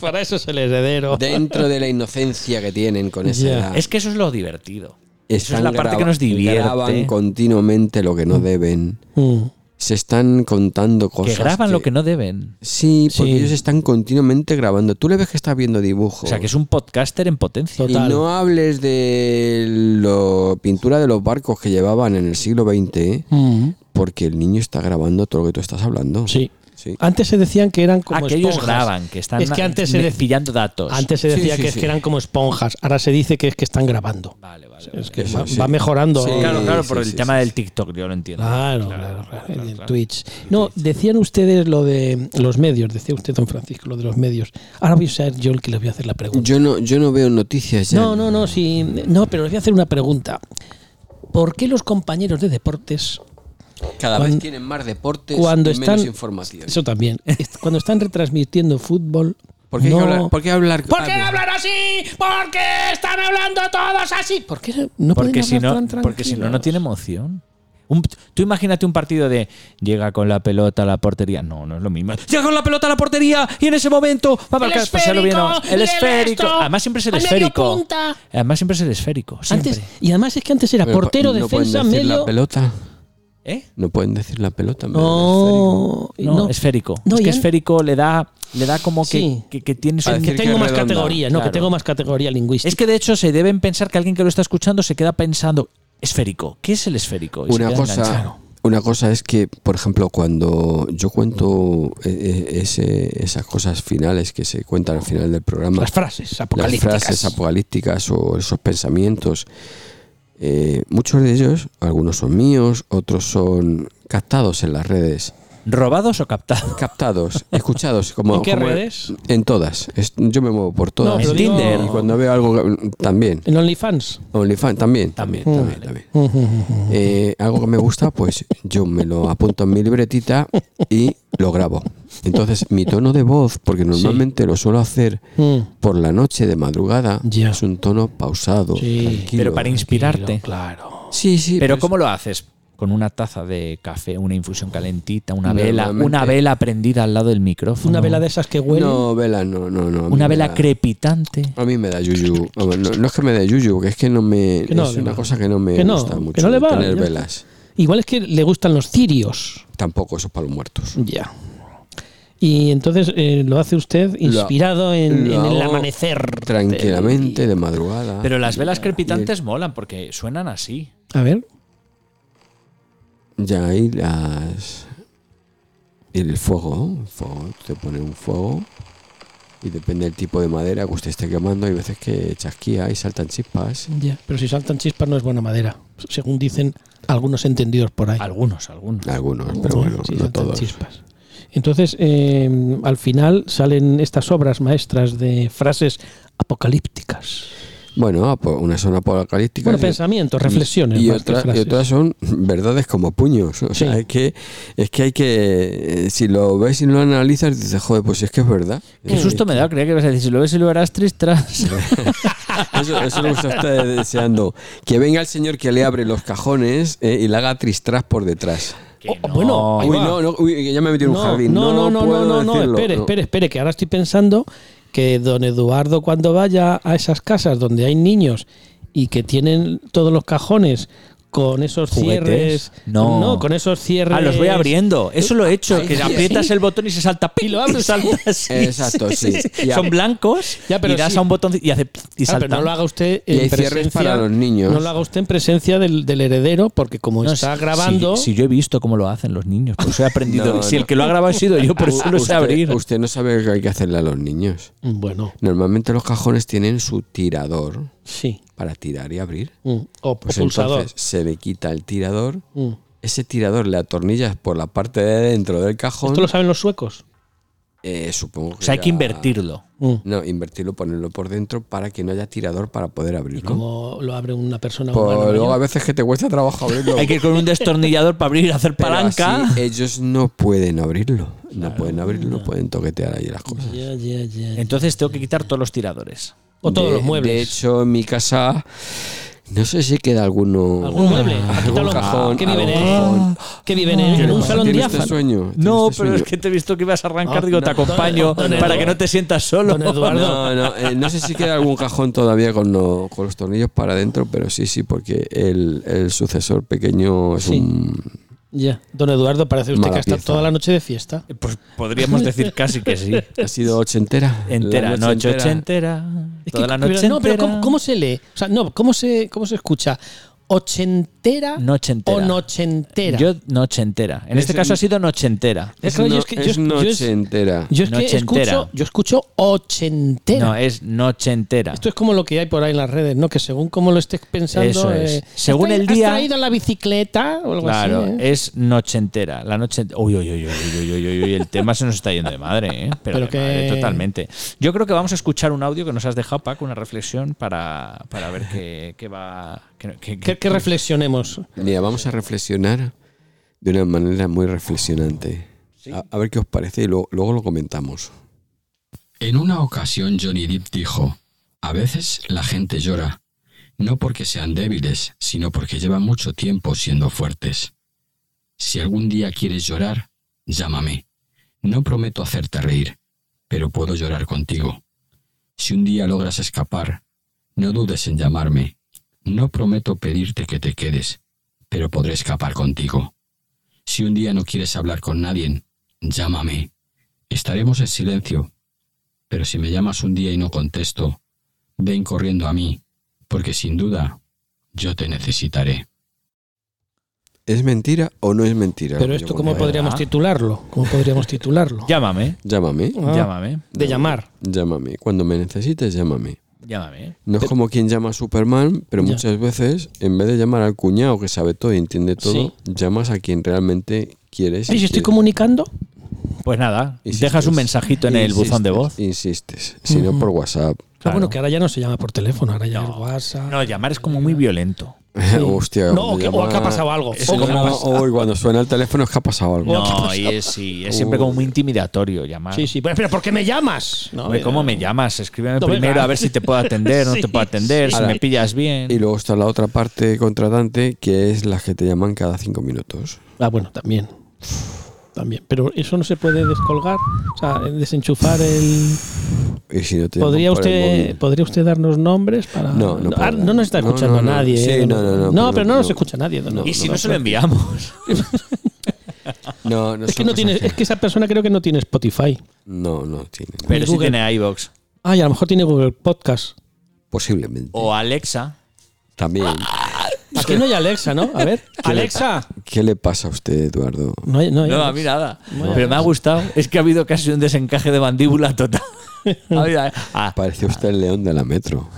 [SPEAKER 4] Para eso es el heredero.
[SPEAKER 3] Dentro de la inocencia que tienen con esa
[SPEAKER 4] Ya.
[SPEAKER 3] edad,
[SPEAKER 2] es que eso es lo divertido. Esa es
[SPEAKER 3] están
[SPEAKER 2] la parte
[SPEAKER 3] graba-
[SPEAKER 2] que nos divierte.
[SPEAKER 3] Graban continuamente lo que no deben.
[SPEAKER 4] Mm.
[SPEAKER 3] Se están contando cosas.
[SPEAKER 2] que graban lo que no deben.
[SPEAKER 3] Sí, porque
[SPEAKER 4] Sí.
[SPEAKER 3] ellos están continuamente grabando. Tú le ves que está viendo dibujos.
[SPEAKER 2] O sea, que es un podcaster en potencia.
[SPEAKER 3] Y
[SPEAKER 4] Total.
[SPEAKER 3] no hables de la pintura de los barcos que llevaban en el siglo XX, ¿eh?
[SPEAKER 4] Mm.
[SPEAKER 3] porque el niño está grabando todo lo que tú estás hablando.
[SPEAKER 4] Sí. Ah,
[SPEAKER 3] Sí.
[SPEAKER 4] Antes se decían que eran como
[SPEAKER 2] Aquellos
[SPEAKER 4] esponjas.
[SPEAKER 2] graban, que están
[SPEAKER 4] es que antes se
[SPEAKER 2] ne-
[SPEAKER 4] decía
[SPEAKER 2] pillando datos.
[SPEAKER 4] Antes se
[SPEAKER 3] Sí,
[SPEAKER 4] decía
[SPEAKER 3] sí,
[SPEAKER 4] que, es
[SPEAKER 3] sí.
[SPEAKER 4] que eran como esponjas. Ahora se dice que es que están grabando.
[SPEAKER 2] Vale, vale.
[SPEAKER 4] Es que
[SPEAKER 3] Eso,
[SPEAKER 4] va,
[SPEAKER 3] sí.
[SPEAKER 4] va mejorando.
[SPEAKER 3] Sí,
[SPEAKER 2] Claro, claro,
[SPEAKER 3] sí,
[SPEAKER 2] por el
[SPEAKER 3] sí,
[SPEAKER 2] tema
[SPEAKER 3] sí,
[SPEAKER 2] del
[SPEAKER 3] sí.
[SPEAKER 2] TikTok, yo lo entiendo.
[SPEAKER 4] Claro, claro, claro, en el Twitch. No, decían ustedes lo de los medios, decía usted, don Francisco, lo de los medios. Ahora voy a ser yo el que les voy a hacer la pregunta.
[SPEAKER 3] Yo no, yo no veo noticias ya.
[SPEAKER 4] no, no, no, sí, no, pero les voy a hacer una pregunta. ¿Por qué los compañeros de deportes,
[SPEAKER 3] Cada
[SPEAKER 4] Cuando-
[SPEAKER 3] vez tienen más deportes
[SPEAKER 4] cuando
[SPEAKER 3] y
[SPEAKER 4] están.
[SPEAKER 3] menos información.
[SPEAKER 4] Eso también. Es- Cuando están retransmitiendo fútbol.
[SPEAKER 3] ¿Por qué, hay
[SPEAKER 4] no-
[SPEAKER 3] que hablar, ¿Por qué hablar? Ah,
[SPEAKER 4] ¿Por qué
[SPEAKER 3] habla-
[SPEAKER 4] hablan así? ¿Por qué están hablando todos así? ¿Por qué no pueden
[SPEAKER 2] porque si
[SPEAKER 4] hablar
[SPEAKER 2] no,
[SPEAKER 4] tan
[SPEAKER 2] porque si no, no
[SPEAKER 4] tranquilos?
[SPEAKER 2] tiene emoción. Un- tú imagínate un partido de llega con la pelota a la portería. No, no es lo mismo. Llega con la pelota a la portería y en ese momento va a marcar. pasarlo bien, no.
[SPEAKER 4] esférico,
[SPEAKER 2] el
[SPEAKER 4] el
[SPEAKER 2] esférico.
[SPEAKER 4] esto,
[SPEAKER 2] Además siempre es el
[SPEAKER 4] al medio
[SPEAKER 2] esférico.
[SPEAKER 4] punta.
[SPEAKER 2] Además siempre es el esférico. Siempre.
[SPEAKER 4] Antes, y además es que antes era
[SPEAKER 3] Pero pa-
[SPEAKER 4] portero,
[SPEAKER 3] no pueden
[SPEAKER 4] defensa,
[SPEAKER 3] decir la
[SPEAKER 4] medio.
[SPEAKER 3] pelota.
[SPEAKER 2] ¿Eh?
[SPEAKER 3] No pueden decir la pelota. en vez del esférico.
[SPEAKER 4] No,
[SPEAKER 2] No,
[SPEAKER 4] no.
[SPEAKER 2] esférico.
[SPEAKER 4] No,
[SPEAKER 2] es que
[SPEAKER 4] y an-
[SPEAKER 2] esférico le da, le da como que,
[SPEAKER 4] Sí.
[SPEAKER 2] que, que tienes
[SPEAKER 3] Para
[SPEAKER 2] un-
[SPEAKER 3] decir
[SPEAKER 4] que tengo más
[SPEAKER 3] redonda,
[SPEAKER 4] categoría, no,
[SPEAKER 2] claro.
[SPEAKER 4] que tengo más categoría lingüística.
[SPEAKER 2] Es que de hecho se deben pensar que alguien que lo está escuchando se queda pensando, esférico, ¿qué es el esférico? Y se
[SPEAKER 3] Una
[SPEAKER 2] queda
[SPEAKER 3] cosa,
[SPEAKER 2] enganchado.
[SPEAKER 3] una cosa es que, por ejemplo, cuando yo cuento eh, eh, ese- esas cosas finales que se cuentan al final del programa,
[SPEAKER 4] las frases
[SPEAKER 3] las
[SPEAKER 4] apocalípticas.
[SPEAKER 3] frases apocalípticas o esos pensamientos. eh, muchos de ellos, algunos son míos, otros son captados en las redes
[SPEAKER 2] ¿Robados o captados?
[SPEAKER 3] captados, escuchados, como
[SPEAKER 4] ¿En qué
[SPEAKER 3] como-
[SPEAKER 4] redes?
[SPEAKER 3] En todas. Es- yo me muevo por todas.
[SPEAKER 4] pero
[SPEAKER 2] En Tinder.
[SPEAKER 3] Y cuando veo algo también.
[SPEAKER 4] En OnlyFans.
[SPEAKER 3] OnlyFans también. También, también, también. Eh, algo que me gusta, pues yo me lo apunto en mi libretita y lo grabo. Entonces, mi tono de voz, porque normalmente lo suelo hacer
[SPEAKER 4] Mm.
[SPEAKER 3] por la noche de madrugada,
[SPEAKER 4] Ya.
[SPEAKER 3] es un tono pausado,
[SPEAKER 4] Sí.
[SPEAKER 3] tranquilo.
[SPEAKER 2] Pero para inspirarte.
[SPEAKER 4] Claro.
[SPEAKER 3] Sí, sí.
[SPEAKER 2] Pero
[SPEAKER 3] pues,
[SPEAKER 2] ¿cómo lo haces? Con una taza de café, una infusión calentita, una vela,
[SPEAKER 3] Normalmente-
[SPEAKER 2] una vela prendida al lado del micrófono.
[SPEAKER 4] Una vela de esas que huelen.
[SPEAKER 3] No, vela, no, no, no. a mí
[SPEAKER 2] una
[SPEAKER 3] me
[SPEAKER 2] vela
[SPEAKER 3] da-
[SPEAKER 2] crepitante.
[SPEAKER 3] A mí me da yuyu. Vamos, No, no es que me da yuyu, que es que no me.
[SPEAKER 4] Que no
[SPEAKER 3] es
[SPEAKER 4] le
[SPEAKER 3] una
[SPEAKER 4] va.
[SPEAKER 3] cosa que no me
[SPEAKER 4] Que no,
[SPEAKER 3] gusta
[SPEAKER 4] que
[SPEAKER 3] mucho.
[SPEAKER 4] no le va,
[SPEAKER 3] Tener
[SPEAKER 4] ya
[SPEAKER 3] velas.
[SPEAKER 4] Igual es que le gustan los cirios.
[SPEAKER 3] Tampoco, eso es para los muertos.
[SPEAKER 4] Ya. Y entonces eh, lo hace usted inspirado en,
[SPEAKER 3] lo
[SPEAKER 4] en el
[SPEAKER 3] hago
[SPEAKER 4] amanecer.
[SPEAKER 3] Tranquilamente, de madrugada.
[SPEAKER 2] Pero las velas
[SPEAKER 3] ah,
[SPEAKER 2] crepitantes molan porque suenan así.
[SPEAKER 4] A ver.
[SPEAKER 3] Ya ahí las. El fuego, el fuego, te pone un fuego y depende del tipo de madera que usted esté quemando. Hay veces que chasquía y saltan chispas.
[SPEAKER 4] Ya. Pero si saltan chispas no es buena madera. Según dicen algunos entendidos por ahí.
[SPEAKER 2] Algunos, algunos.
[SPEAKER 3] Algunos, pero bueno,
[SPEAKER 4] Sí,
[SPEAKER 3] no
[SPEAKER 4] saltan
[SPEAKER 3] todos.
[SPEAKER 4] chispas. Entonces, eh, al final salen estas obras maestras de frases apocalípticas.
[SPEAKER 3] Bueno, ah, pues apo- unas son apocalípticas.
[SPEAKER 4] Bueno,
[SPEAKER 3] y-
[SPEAKER 4] pensamientos, reflexiones.
[SPEAKER 3] Y,
[SPEAKER 4] más que
[SPEAKER 3] otras- y
[SPEAKER 4] frases.
[SPEAKER 3] otras son verdades como puños. O sea,
[SPEAKER 4] Sí.
[SPEAKER 3] es, que, es que hay que. eh, Si lo ves y lo analizas, dices, joder, pues si es que es verdad.
[SPEAKER 2] Qué susto me da, creía que ibas a decir, si lo ves y lo verás tristras.
[SPEAKER 3] Eso, eso es lo que usted está deseando. Que venga el señor que le abre los cajones eh, y le haga tristras por detrás.
[SPEAKER 4] Oh, oh, bueno, ahí
[SPEAKER 3] Uy,
[SPEAKER 4] va.
[SPEAKER 3] no, no, uy, que ya me he metido en un
[SPEAKER 4] no,
[SPEAKER 3] jardín.
[SPEAKER 4] no, no, no,
[SPEAKER 3] puedo
[SPEAKER 4] no, no,
[SPEAKER 3] decirlo,
[SPEAKER 4] espere,
[SPEAKER 3] no.
[SPEAKER 4] espere, espere, que ahora estoy pensando que don Eduardo cuando vaya a esas casas donde hay niños y que tienen todos los cajones con esos
[SPEAKER 2] ¿Juguetes?
[SPEAKER 4] cierres,
[SPEAKER 2] No.
[SPEAKER 4] con esos cierres.
[SPEAKER 2] Ah, los voy abriendo. Eso lo he hecho, que aprietas el botón y se salta. Y lo abres, saltas.
[SPEAKER 3] Exacto, sí. Y a-
[SPEAKER 2] Son blancos
[SPEAKER 4] Ya, pero
[SPEAKER 2] y das
[SPEAKER 4] sí.
[SPEAKER 2] a un botón y hace pf, y
[SPEAKER 4] Ah,
[SPEAKER 2] salta.
[SPEAKER 4] pero no lo haga usted
[SPEAKER 3] Y
[SPEAKER 4] en
[SPEAKER 3] hay cierres
[SPEAKER 4] presencia-
[SPEAKER 3] para los niños.
[SPEAKER 4] No lo haga usted en presencia del, del heredero, porque como
[SPEAKER 2] No,
[SPEAKER 4] pues está
[SPEAKER 2] si-
[SPEAKER 4] grabando.
[SPEAKER 2] Si, si yo he visto cómo lo hacen los niños, por eso he aprendido.
[SPEAKER 3] No,
[SPEAKER 2] si
[SPEAKER 3] no.
[SPEAKER 2] el que lo ha grabado he sido yo, por eso lo sé
[SPEAKER 3] usted,
[SPEAKER 2] abrir.
[SPEAKER 3] Usted no sabe que hay que hacerle a los niños.
[SPEAKER 4] Mm, Bueno,
[SPEAKER 3] Normalmente los cajones tienen su tirador
[SPEAKER 4] sí.
[SPEAKER 3] para tirar y abrir.
[SPEAKER 4] Mm, O
[SPEAKER 3] Pues
[SPEAKER 4] pulsador.
[SPEAKER 3] entonces se le quita el tirador.
[SPEAKER 4] Mm.
[SPEAKER 3] Ese tirador le atornillas por la parte de dentro del cajón.
[SPEAKER 4] Esto lo saben los suecos.
[SPEAKER 3] Eh, supongo que.
[SPEAKER 2] O sea, hay que
[SPEAKER 3] ya-
[SPEAKER 2] invertirlo.
[SPEAKER 4] Mm.
[SPEAKER 3] No, invertirlo, ponerlo por dentro para que no haya tirador para poder abrirlo.
[SPEAKER 4] Como lo abre una persona
[SPEAKER 3] Pues
[SPEAKER 4] humana
[SPEAKER 3] luego
[SPEAKER 4] mayor.
[SPEAKER 3] a veces que te cuesta trabajo abrirlo.
[SPEAKER 2] Hay que ir con un destornillador para abrir, hacer
[SPEAKER 3] Pero
[SPEAKER 2] palanca.
[SPEAKER 4] eh,
[SPEAKER 3] así ellos no pueden abrirlo. no pueden abrirlo, pueden toquetear ahí las cosas.
[SPEAKER 4] Ya, ya, ya, ya.
[SPEAKER 2] Entonces tengo que quitar todos los tiradores.
[SPEAKER 4] O todos
[SPEAKER 3] De-
[SPEAKER 4] los muebles.
[SPEAKER 3] De hecho, en mi casa. No sé si queda alguno.
[SPEAKER 4] ¿Algún mueble? ¿Ha quitado
[SPEAKER 3] ah, Algún
[SPEAKER 4] los-
[SPEAKER 3] cajón.
[SPEAKER 4] que viven
[SPEAKER 3] algún
[SPEAKER 4] en,
[SPEAKER 3] cajón.
[SPEAKER 4] que viven en-
[SPEAKER 3] ¿Qué
[SPEAKER 4] en
[SPEAKER 3] le
[SPEAKER 4] un
[SPEAKER 3] pasa?
[SPEAKER 4] salón
[SPEAKER 3] ¿Tiene usted
[SPEAKER 4] diáfano.
[SPEAKER 3] sueño? ¿Tiene
[SPEAKER 2] No,
[SPEAKER 3] usted
[SPEAKER 2] pero
[SPEAKER 3] sueño?
[SPEAKER 2] es que te he visto que ibas a arrancar,
[SPEAKER 3] Ah,
[SPEAKER 2] digo, te
[SPEAKER 3] no,
[SPEAKER 2] acompaño
[SPEAKER 4] don
[SPEAKER 2] para
[SPEAKER 4] Eduardo.
[SPEAKER 2] que no te sientas solo.
[SPEAKER 4] Don Eduardo.
[SPEAKER 3] No, no, eh, no sé si queda algún cajón todavía con, lo- con los tornillos para adentro, pero sí, sí, porque el, el sucesor pequeño es
[SPEAKER 4] Sí.
[SPEAKER 3] un.
[SPEAKER 4] Ya. Don Eduardo, parece usted
[SPEAKER 3] Mala
[SPEAKER 4] que ha estado
[SPEAKER 3] pieza.
[SPEAKER 4] toda la noche de fiesta.
[SPEAKER 2] Pues podríamos decir casi que sí.
[SPEAKER 3] Ha sido ochentera.
[SPEAKER 2] Entera,
[SPEAKER 3] La
[SPEAKER 2] noche ochentera.
[SPEAKER 4] Es
[SPEAKER 2] Toda
[SPEAKER 4] que-
[SPEAKER 2] la noche
[SPEAKER 4] pero, no, pero
[SPEAKER 2] entera.
[SPEAKER 4] ¿cómo, cómo se lee? O sea, no, ¿cómo se, cómo se escucha? ¿Ochentera
[SPEAKER 2] Noche entera.
[SPEAKER 4] o nochentera?
[SPEAKER 2] Yo noche entera. En este
[SPEAKER 3] Es-
[SPEAKER 2] caso ha sido noche entera.
[SPEAKER 4] Es
[SPEAKER 3] Es,
[SPEAKER 4] que yo
[SPEAKER 3] no-
[SPEAKER 4] es que- yo
[SPEAKER 3] es
[SPEAKER 4] es- yo
[SPEAKER 3] noche
[SPEAKER 4] es-
[SPEAKER 3] entera.
[SPEAKER 4] Yo es que
[SPEAKER 2] noche entera.
[SPEAKER 4] escucho, yo escucho ochentera.
[SPEAKER 2] No, eh. es noche entera.
[SPEAKER 4] Esto es como lo que hay por ahí en las redes, ¿no? Que según cómo lo estés pensando.
[SPEAKER 2] Eso es.
[SPEAKER 4] eh, ¿has
[SPEAKER 2] Según
[SPEAKER 4] trai-
[SPEAKER 2] el día-
[SPEAKER 4] ¿Has traído la bicicleta o algo
[SPEAKER 2] Claro,
[SPEAKER 4] así? eh?
[SPEAKER 2] es noche entera. La noche. ent- Uy, uy, uy, uy, uy, uy, uy, uy, el tema se nos está yendo de madre, ¿eh? Pero,
[SPEAKER 4] Pero
[SPEAKER 2] de
[SPEAKER 4] que-
[SPEAKER 2] madre, totalmente. Yo creo que vamos a escuchar un audio que nos has dejado, Paco, una reflexión para, para ver qué, qué va. qué- qué-
[SPEAKER 4] Que, que reflexionemos.
[SPEAKER 3] Mira, vamos a reflexionar de una manera muy reflexionante. A, a ver qué os parece y luego, luego lo comentamos.
[SPEAKER 6] En una ocasión Johnny Depp dijo, a veces la gente llora, no porque sean débiles, sino porque llevan mucho tiempo siendo fuertes. Si algún día quieres llorar, llámame. No prometo hacerte reír, pero puedo llorar contigo. Si un día logras escapar, no dudes en llamarme. No prometo pedirte que te quedes, pero podré escapar contigo. Si un día no quieres hablar con nadie, llámame. Estaremos en silencio, pero si me llamas un día y no contesto, ven corriendo a mí, porque sin duda yo te necesitaré.
[SPEAKER 3] ¿Es mentira o no es mentira?
[SPEAKER 4] Pero
[SPEAKER 3] Yo
[SPEAKER 4] esto,
[SPEAKER 3] con
[SPEAKER 4] ¿cómo
[SPEAKER 3] la-
[SPEAKER 4] podríamos titularlo? ¿Cómo podríamos titularlo?
[SPEAKER 2] Llámame,
[SPEAKER 3] Llámame,
[SPEAKER 4] Ah,
[SPEAKER 2] llámame,
[SPEAKER 4] De llamar.
[SPEAKER 3] llámame. Cuando me necesites, llámame.
[SPEAKER 2] llámame.
[SPEAKER 3] No es como quien llama a Superman, pero
[SPEAKER 4] Ya.
[SPEAKER 3] muchas veces, en vez de llamar al cuñado que sabe todo y entiende todo, llamas a quien realmente quieres.
[SPEAKER 4] Oye, si estoy
[SPEAKER 3] insistes.
[SPEAKER 4] comunicando, Ah,
[SPEAKER 2] Pues nada,
[SPEAKER 3] Insistes.
[SPEAKER 2] dejas un mensajito en el buzón de voz.
[SPEAKER 3] Insistes, si no por WhatsApp.
[SPEAKER 4] Ah, bueno,
[SPEAKER 2] Claro.
[SPEAKER 4] que ahora ya no se llama por teléfono, ahora ya es WhatsApp.
[SPEAKER 2] No, llamar es como muy violento.
[SPEAKER 3] Hostia,
[SPEAKER 4] No, o que, o
[SPEAKER 3] llama-
[SPEAKER 4] que ha pasado algo.
[SPEAKER 2] Es
[SPEAKER 4] O que
[SPEAKER 2] como-
[SPEAKER 4] ha
[SPEAKER 3] No,
[SPEAKER 4] pasado-
[SPEAKER 3] hoy cuando suena el teléfono es que ha pasado algo.
[SPEAKER 2] No, y es, sí, es siempre como muy intimidatorio llamar.
[SPEAKER 4] Uh. Sí, sí, pero, pero ¿por qué me llamas? No,
[SPEAKER 2] Oye, ¿Cómo me llamas? Escríbeme
[SPEAKER 4] No,
[SPEAKER 2] primero
[SPEAKER 4] venga.
[SPEAKER 2] a ver si te puedo atender, no
[SPEAKER 4] Sí,
[SPEAKER 2] te puedo atender,
[SPEAKER 4] sí.
[SPEAKER 2] si me pillas bien.
[SPEAKER 3] Y luego está la otra parte contratante, que es las que te llaman cada cinco minutos.
[SPEAKER 4] Ah, bueno, también. También. Pero eso no se puede descolgar, o sea, desenchufar el.
[SPEAKER 3] Y si no te
[SPEAKER 4] ¿Podría
[SPEAKER 3] llaman por el
[SPEAKER 4] usted,
[SPEAKER 3] móvil.
[SPEAKER 4] ¿Podría usted darnos nombres para.?
[SPEAKER 3] No, no puedo
[SPEAKER 4] Ah,
[SPEAKER 3] dar.
[SPEAKER 4] nos está
[SPEAKER 3] No,
[SPEAKER 4] escuchando
[SPEAKER 3] no, no.
[SPEAKER 4] nadie.
[SPEAKER 3] Sí,
[SPEAKER 4] ¿eh?
[SPEAKER 3] no, no, no,
[SPEAKER 4] No,
[SPEAKER 3] pero
[SPEAKER 4] pero no,
[SPEAKER 3] no.
[SPEAKER 4] nos escucha nadie. don Alonso.
[SPEAKER 2] Y si no se lo enviamos.
[SPEAKER 3] No, no
[SPEAKER 4] Es que,
[SPEAKER 3] son
[SPEAKER 4] no tiene,
[SPEAKER 3] cosas
[SPEAKER 4] es que esa persona creo que no tiene Spotify.
[SPEAKER 3] No, no tiene.
[SPEAKER 2] Pero si
[SPEAKER 4] Google.
[SPEAKER 2] tiene iVox
[SPEAKER 4] Ah, y a lo mejor tiene Google Podcast.
[SPEAKER 3] Posiblemente.
[SPEAKER 4] Oh.
[SPEAKER 2] o Alexa.
[SPEAKER 3] También.
[SPEAKER 4] Aquí no hay Alexa, ¿no? A ver. Alexa.
[SPEAKER 3] ¿Qué le pasa a usted, Eduardo?
[SPEAKER 4] No hay, no hay
[SPEAKER 2] No,
[SPEAKER 4] Alexa.
[SPEAKER 2] a mí nada. Pero me ha gustado. Es que ha habido casi un desencaje de mandíbula total. Ha habido- ah,
[SPEAKER 3] Parece usted el león de la metro.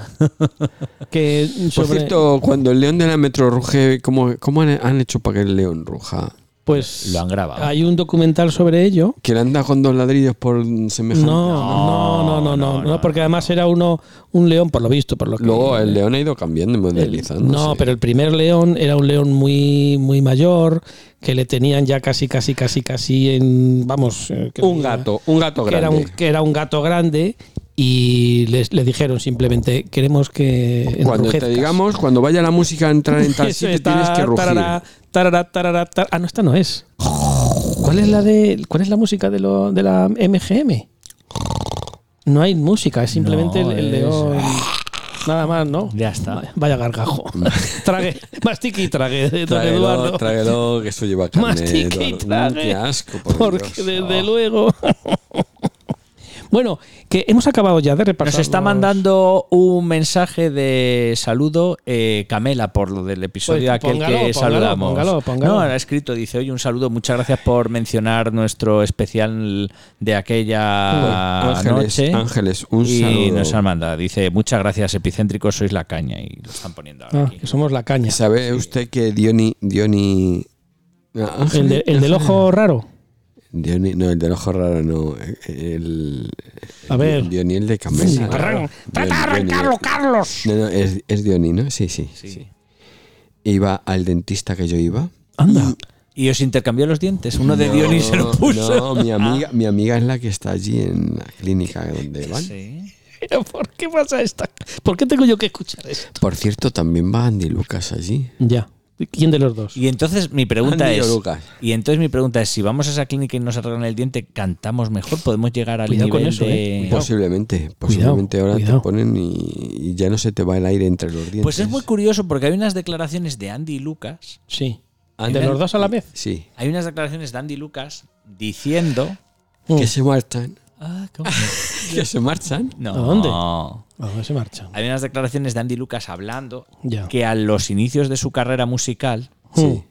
[SPEAKER 4] Que
[SPEAKER 3] Por
[SPEAKER 4] sobre-
[SPEAKER 3] cierto, cuando el león de la metro ruge, ¿cómo, cómo han, han hecho para que el león ruja?
[SPEAKER 4] pues
[SPEAKER 2] Lo han grabado.
[SPEAKER 4] hay un documental sobre ello.
[SPEAKER 3] ¿Que le anda con dos ladrillos por semejante?
[SPEAKER 4] No, no, no, no, no, no, porque además era uno un león por lo visto, por lo que
[SPEAKER 3] Luego el león ha ido cambiando y modelizándose.
[SPEAKER 4] No, pero el primer león era un león muy muy mayor que le tenían ya casi casi casi casi en vamos, eh, que
[SPEAKER 3] Un
[SPEAKER 4] era-
[SPEAKER 3] gato, un gato
[SPEAKER 4] que
[SPEAKER 3] grande.
[SPEAKER 4] era un, que era un gato grande y les- le dijeron simplemente queremos que
[SPEAKER 3] Cuando te
[SPEAKER 4] enrujezcas".
[SPEAKER 3] digamos, cuando vaya la música a entrar en tal
[SPEAKER 4] Eso
[SPEAKER 3] sitio,
[SPEAKER 4] está,
[SPEAKER 3] tienes que rugir.
[SPEAKER 4] tarara, tarara, tarara, tar- Ah, no, esta no es. ¿Cuál es la de cuál es la música de, lo, de la MGM? No hay música, es simplemente
[SPEAKER 2] No,
[SPEAKER 4] el, el
[SPEAKER 2] es-
[SPEAKER 4] león. Nada más, ¿no?
[SPEAKER 2] Ya está.
[SPEAKER 4] Vaya, vaya gargajo. trague, mastique y trague, don
[SPEAKER 3] Tráguelo,
[SPEAKER 4] Eduardo.
[SPEAKER 3] tráguelo, que eso lleva carne.
[SPEAKER 4] Mastique y
[SPEAKER 3] Eduardo. Mm,
[SPEAKER 4] trague.
[SPEAKER 3] Qué asco, por
[SPEAKER 4] Porque
[SPEAKER 3] Dios. Oh.
[SPEAKER 4] desde luego. bueno, que hemos acabado ya de repasar.
[SPEAKER 2] Nos está
[SPEAKER 4] los-
[SPEAKER 2] mandando un mensaje de saludo eh, Camela por lo del episodio
[SPEAKER 4] Pues
[SPEAKER 2] aquel
[SPEAKER 4] póngalo,
[SPEAKER 2] que
[SPEAKER 4] póngalo,
[SPEAKER 2] saludamos.
[SPEAKER 4] póngalo, póngalo.
[SPEAKER 2] No, ha escrito, dice, oye, un saludo, muchas gracias por mencionar nuestro especial de aquella
[SPEAKER 3] Ángeles,
[SPEAKER 2] noche.
[SPEAKER 3] Ángeles, un
[SPEAKER 2] y
[SPEAKER 3] saludo.
[SPEAKER 2] Ah, nos han mandado, dice, muchas gracias, epicéntricos, sois la caña. Y lo están poniendo ahora
[SPEAKER 4] Ah,
[SPEAKER 2] aquí.
[SPEAKER 4] que somos la caña.
[SPEAKER 3] ¿Sabe usted que Diony. Diony. no,
[SPEAKER 2] Ah,
[SPEAKER 3] Ángel-
[SPEAKER 4] El, de- el del ojo raro.
[SPEAKER 3] Diony- no, el del ojo raro no. El,
[SPEAKER 4] A ver.
[SPEAKER 3] Diony, el de Camela.
[SPEAKER 4] Sí,
[SPEAKER 3] ¿no?
[SPEAKER 4] arran-
[SPEAKER 3] Diony- Diony-
[SPEAKER 4] Carlos.
[SPEAKER 3] No, no, es, es Diony, ¿no? Sí, sí,
[SPEAKER 2] Sí.
[SPEAKER 3] sí. Iba al dentista que yo iba. Mm.
[SPEAKER 4] Anda.
[SPEAKER 2] Y os intercambió los dientes. Uno de Diony se lo puso. Ah.
[SPEAKER 3] No, mi amiga, mi amiga es la que está allí en la clínica donde van.
[SPEAKER 2] Sí.
[SPEAKER 4] Pero, ¿Por qué pasa esta? ¿Por qué tengo yo que escuchar esto?
[SPEAKER 3] Por cierto, también va Andy Lucas allí.
[SPEAKER 4] Ya. ¿Quién de los dos?
[SPEAKER 2] Y entonces mi pregunta
[SPEAKER 3] Andy o
[SPEAKER 2] es.
[SPEAKER 3] Lucas.
[SPEAKER 2] Y entonces mi pregunta es: si vamos a esa clínica y nos arreglan el diente, ¿cantamos mejor? ¿Podemos llegar al
[SPEAKER 4] Cuidado con
[SPEAKER 2] nivel
[SPEAKER 4] eso,
[SPEAKER 2] de.?
[SPEAKER 4] eh. Cuidado.
[SPEAKER 3] Posiblemente, posiblemente ahora
[SPEAKER 4] cuidado.
[SPEAKER 3] te ponen y, y ya no se te va el aire entre los dientes.
[SPEAKER 2] Pues es muy curioso porque hay unas declaraciones de Andy Lucas.
[SPEAKER 4] Sí.
[SPEAKER 3] Anda-
[SPEAKER 4] ¿De los dos a la vez?
[SPEAKER 3] Sí.
[SPEAKER 2] Hay unas declaraciones de Andy Lucas diciendo.
[SPEAKER 3] Que se marchan.
[SPEAKER 2] Ah, ¿cómo?
[SPEAKER 3] Que se marchan.
[SPEAKER 2] No.
[SPEAKER 4] ¿A dónde? Ah, se marchan.
[SPEAKER 2] Hay unas declaraciones de Andy Lucas hablando
[SPEAKER 4] Ya.
[SPEAKER 2] que a los inicios de su carrera musical,
[SPEAKER 4] Sí.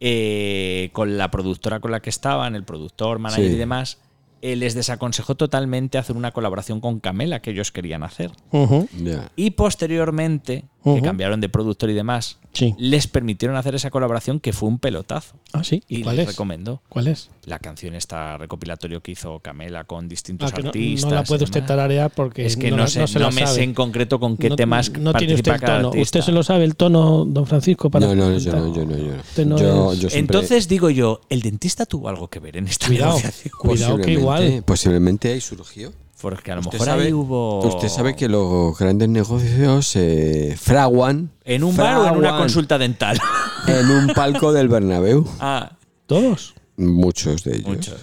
[SPEAKER 2] eh, con la productora con la que estaban, el productor, manager
[SPEAKER 3] Sí.
[SPEAKER 2] y demás, eh, les desaconsejó totalmente hacer una colaboración con Camela que ellos querían hacer.
[SPEAKER 4] Ujú.
[SPEAKER 3] Ya.
[SPEAKER 2] Y posteriormente,
[SPEAKER 4] Ujú.
[SPEAKER 2] que cambiaron de productor y demás,
[SPEAKER 4] Sí.
[SPEAKER 2] les permitieron hacer esa colaboración que fue un pelotazo.
[SPEAKER 4] Ah, sí. ¿Y,
[SPEAKER 2] Y
[SPEAKER 4] cuál
[SPEAKER 2] les
[SPEAKER 4] es?
[SPEAKER 2] recomendó
[SPEAKER 4] ¿Cuál es?
[SPEAKER 2] la canción esta recopilatorio que hizo Camela con distintos
[SPEAKER 4] Ah, que no,
[SPEAKER 2] artistas.
[SPEAKER 4] no la
[SPEAKER 2] y
[SPEAKER 4] puede usted
[SPEAKER 2] demás.
[SPEAKER 4] tararear porque
[SPEAKER 2] Es que
[SPEAKER 4] no,
[SPEAKER 2] no,
[SPEAKER 4] la-
[SPEAKER 2] sé,
[SPEAKER 4] no se
[SPEAKER 2] no
[SPEAKER 4] la
[SPEAKER 2] me
[SPEAKER 4] sabe.
[SPEAKER 2] sé en concreto con qué temas
[SPEAKER 4] no tiene usted
[SPEAKER 2] participa
[SPEAKER 4] el
[SPEAKER 2] cada
[SPEAKER 4] tono.
[SPEAKER 2] artista.
[SPEAKER 4] ¿Usted se lo sabe el tono, don Francisco? Para
[SPEAKER 3] No, no, yo no, yo no, yo
[SPEAKER 4] Usted
[SPEAKER 3] no.
[SPEAKER 4] no
[SPEAKER 3] Yo,
[SPEAKER 4] es-
[SPEAKER 3] yo siempre-
[SPEAKER 2] Entonces digo yo, ¿el dentista tuvo algo que ver en esta
[SPEAKER 4] Cuidado,
[SPEAKER 2] negociación?
[SPEAKER 4] cuidado que
[SPEAKER 3] posiblemente-
[SPEAKER 4] igual.
[SPEAKER 3] Posiblemente ahí surgió.
[SPEAKER 2] Porque a lo
[SPEAKER 3] Usted
[SPEAKER 2] mejor
[SPEAKER 3] sabe-
[SPEAKER 2] ahí hubo.
[SPEAKER 3] Usted sabe que los grandes negocios se fraguan.
[SPEAKER 2] En un bar o en una
[SPEAKER 3] fraguan
[SPEAKER 2] consulta dental.
[SPEAKER 3] En un palco del Bernabéu.
[SPEAKER 2] ah,
[SPEAKER 4] ¿Todos?
[SPEAKER 3] Muchos de ellos.
[SPEAKER 2] muchos.